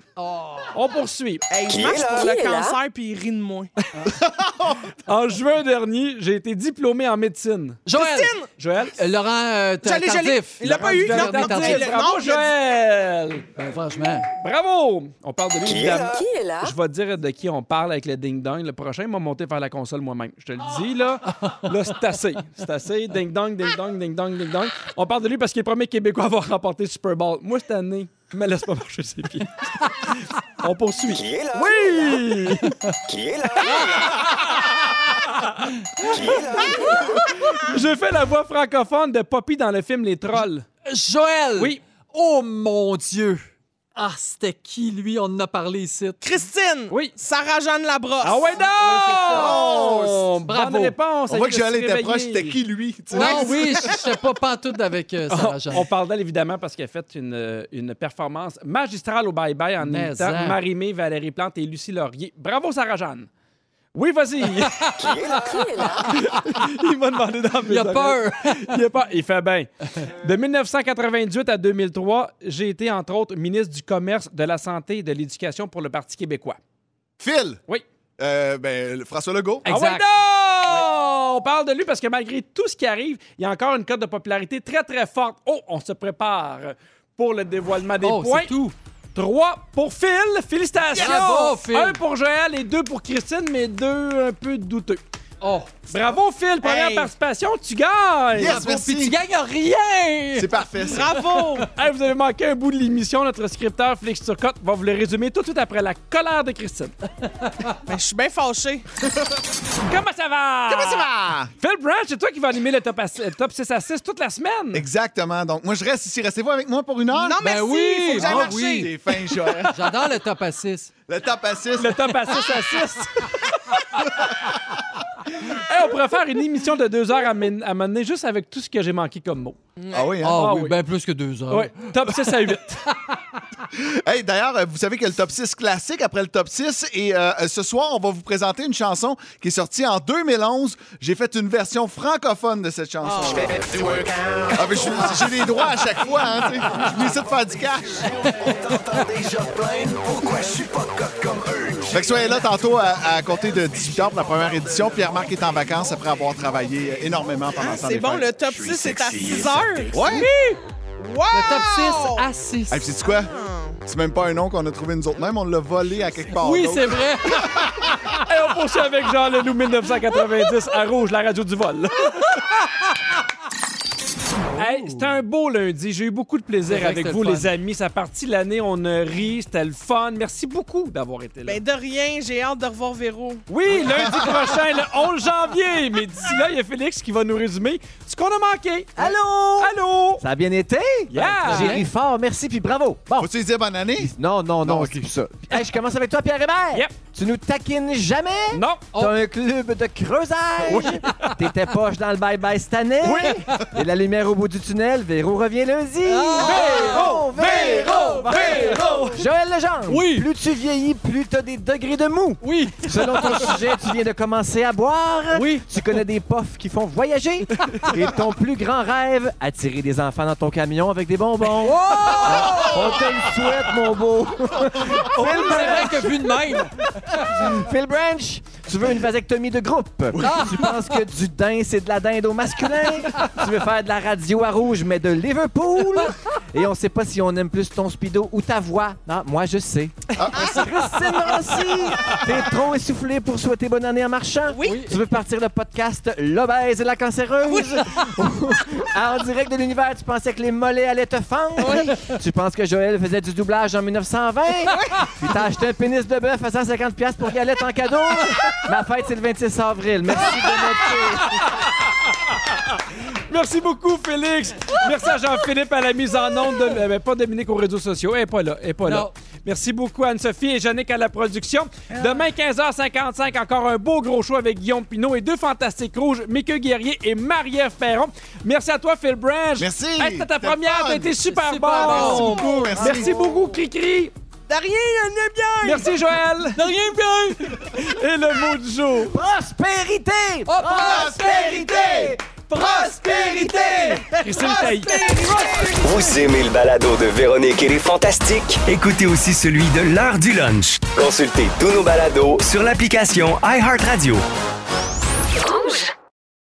On poursuit. Hey, je marche pour le cancer, puis il rit de moi. En juin dernier, j'ai été diplômé en médecine. Joël. Joël? Euh, Laurent euh, T- J'allais, j'allais. Tardif. Il l'a pas eu. Laurent Non, Duvernay non, Tardif. dis-le. Bravo, non, je dis- Joël! Ben, franchement. Bravo! On parle de lui, évidemment. est là? Je vais te dire de qui on parle avec le ding-dong. Le prochain m'a monté vers la console moi-même. Je te le dis, là. Là, c'est assez. C'est assez. Ding-dong, ding-dong, ding-dong, ding-dong. On parle de lui parce qu'il est le premier Québécois à avoir remporté le Super Bowl. Moi, cette année, me laisse pas marcher ses pieds. on poursuit. Qui est là? Oui! Qui est là? J'ai fait la voix francophone de Poppy dans le film Les Trolls. Joël. Oui. Oh mon Dieu. Ah, c'était qui, lui? On en a parlé ici. Christine! Oui. Sarah-Jeanne Labrosse. Ah ouais, non! ça. Bravo. Bravo. Bonne réponse. On voit que j'allais j'allais était proche, c'était qui lui? tu sais? Non, oui, je n'étais pas pantoute avec euh, Sarah Jeanne. Ah, On parle d'elle, évidemment, parce qu'elle a fait une, euh, une performance magistrale au bye-bye en Mais hein. imitant ça. Marie-Mé, Valérie Plante et Lucie Laurier. Bravo, Sarah-Jeanne! Oui, vas-y! Il m'a demandé dans mes Il a oreilles. peur. Il a peur. Il fait bien. De 1998 à 2003, j'ai été, entre autres, ministre du Commerce, de la Santé et de l'Éducation pour le Parti québécois. Phil! Oui. Euh, ben, François Legault. Ah ouais, Exact. non! On parle de lui parce que malgré tout ce qui arrive, il y a encore une cote de popularité très, très forte. Oh, on se prépare pour le dévoilement des Oh, points. c'est tout. 3 pour Phil. Félicitations. Bravo, Phil. 1 pour Joël et 2 pour Christine, mais 2 un peu douteux. Oh, Bravo, Phil. Première Hey. participation, tu gagnes. Yes, puis tu merci. gagnes rien! C'est parfait. ça. Bravo! Hey, vous avez manqué un bout de l'émission. Notre scripteur, Félix Turcotte, va vous le résumer tout de suite après la colère de Christine. Mais Ben, je suis bien fâchée. Comment ça va? Comment ça va? Phil Branch, c'est toi qui vas animer le top, à- le top 6 à 6 toute la semaine. Exactement. Donc, moi, je reste ici. Restez-vous avec moi pour une heure? Non, Ben merci! oui, faut que j'aille ah marcher. oui. T'es fin, Joël. J'adore le top à 6. Le top à 6. Le top à 6 à 6. Hey, on pourrait faire une émission de deux heures à men- à mener juste avec tout ce que j'ai manqué comme mots. Ah oui, hein? Ah Ah oui, oui. bien plus que deux heures. Ouais, top 6 à 8. Hey, D'ailleurs, euh, vous savez que le top 6 classique après le top 6. Et euh, ce soir, on va vous présenter une chanson qui est sortie en 2011. J'ai fait une version francophone de cette chanson. Ah, ben, je- J'ai les droits à chaque fois. Hein, tu sais. je suis ici de faire du cash. On t'entend déjà plaindre, pourquoi je suis pas coq comme eux? Fait que soyez là tantôt à, à compter de 18h pour la première édition. Pierre-Marc est en vacances après avoir travaillé euh, énormément pendant ce temps Ah, C'est des bon, fêtes. le top 6 est à 6 heures. Ouais! Wow! Le top 6 à 6. Hey, puis c'est quoi? C'est même pas un nom qu'on a trouvé nous autres. Même on l'a volé à quelque part. oui, d'autre. c'est vrai. Hey, on poursuit avec Jean Leloup 1990 à Rouge, la radio du vol. Hey, c'était un beau lundi. J'ai eu beaucoup de C'est plaisir vrai que avec c'était vous, le fun. les amis. Ça a parti l'année, on a ri, c'était le fun. Merci beaucoup d'avoir été là. Ben de rien, j'ai hâte de revoir Véro. Oui, lundi prochain, le 11 janvier. Mais d'ici là, il y a Félix qui va nous résumer ce qu'on a manqué. Allô? Allô? Ça a bien été? Yeah! J'ai ri fort, merci, puis bravo. Bon. Faut-tu lui dire bonne année? Non, non, non, Non, c'est plus ça. Hey, je commence avec toi, Pierre Hébert. Yep. Tu nous taquines jamais. Non! Oh. T'as un club de creusage. T'étais poche dans le bye-bye cette année. Oui. Et la lumière au bout du tunnel. Véro revient lundi. Ah. Oh, Véro, Véro, Véro. Joël Legendre. Oui. Plus tu vieillis, plus t'as des degrés de mou. Oui, Selon ton sujet, tu viens de commencer à boire. Oui. Tu connais des pofs qui font voyager. Et ton plus grand rêve, attirer des enfants dans ton camion avec des bonbons. On te le souhaite, mon beau. Phil, c'est vrai que vu de même. Phil Branch, tu veux une vasectomie de groupe. Ah! Tu penses que du din, c'est de la dinde au masculin. tu veux faire de la radio à rouge, mais de Liverpool. Et on sait pas si on aime plus ton speedo ou ta voix. Non, moi, je sais. Christine Morancy, t'es trop essoufflé pour souhaiter bonne année en marchant. Oui. Tu veux partir le podcast L'obèse et la cancéreuse. en direct de l'univers, tu pensais que les mollets allaient te fendre. Tu penses que Joël faisait du doublage en 1920. Puis t'as acheté un pénis de bœuf à 150$ piastres pour galette en cadeau. Ma fête, c'est le 26 avril. Merci de noter. Merci beaucoup, Félix! Merci à Jean-Philippe à la mise en onde. De... euh, ben, pas Dominique aux réseaux sociaux. Elle est pas là. Elle est pas là. Non. Merci beaucoup, Anne-Sophie et Yannick à la production. Demain, 15h55, encore un beau gros show avec Guillaume Pinot et deux fantastiques rouges, Mickey Guerrier et Marie-Ève Perron. Merci à toi, Phil Branch. Merci. Hey, C'était ta C'était première. fun. T'as été super, Super bon. bon. Merci beaucoup, merci. Merci beaucoup, Cricri. De rien, on est bien! Merci, Joël. De rien, bien. Et le mot du jour. Prospérité! Oh, Prospérité! Prospérité! Christine Taillé. Vous aimez le balado de Véronique et les Fantastiques? Écoutez aussi celui de l'heure du lunch Consultez tous nos balados sur l'application iHeartRadio. Rouge.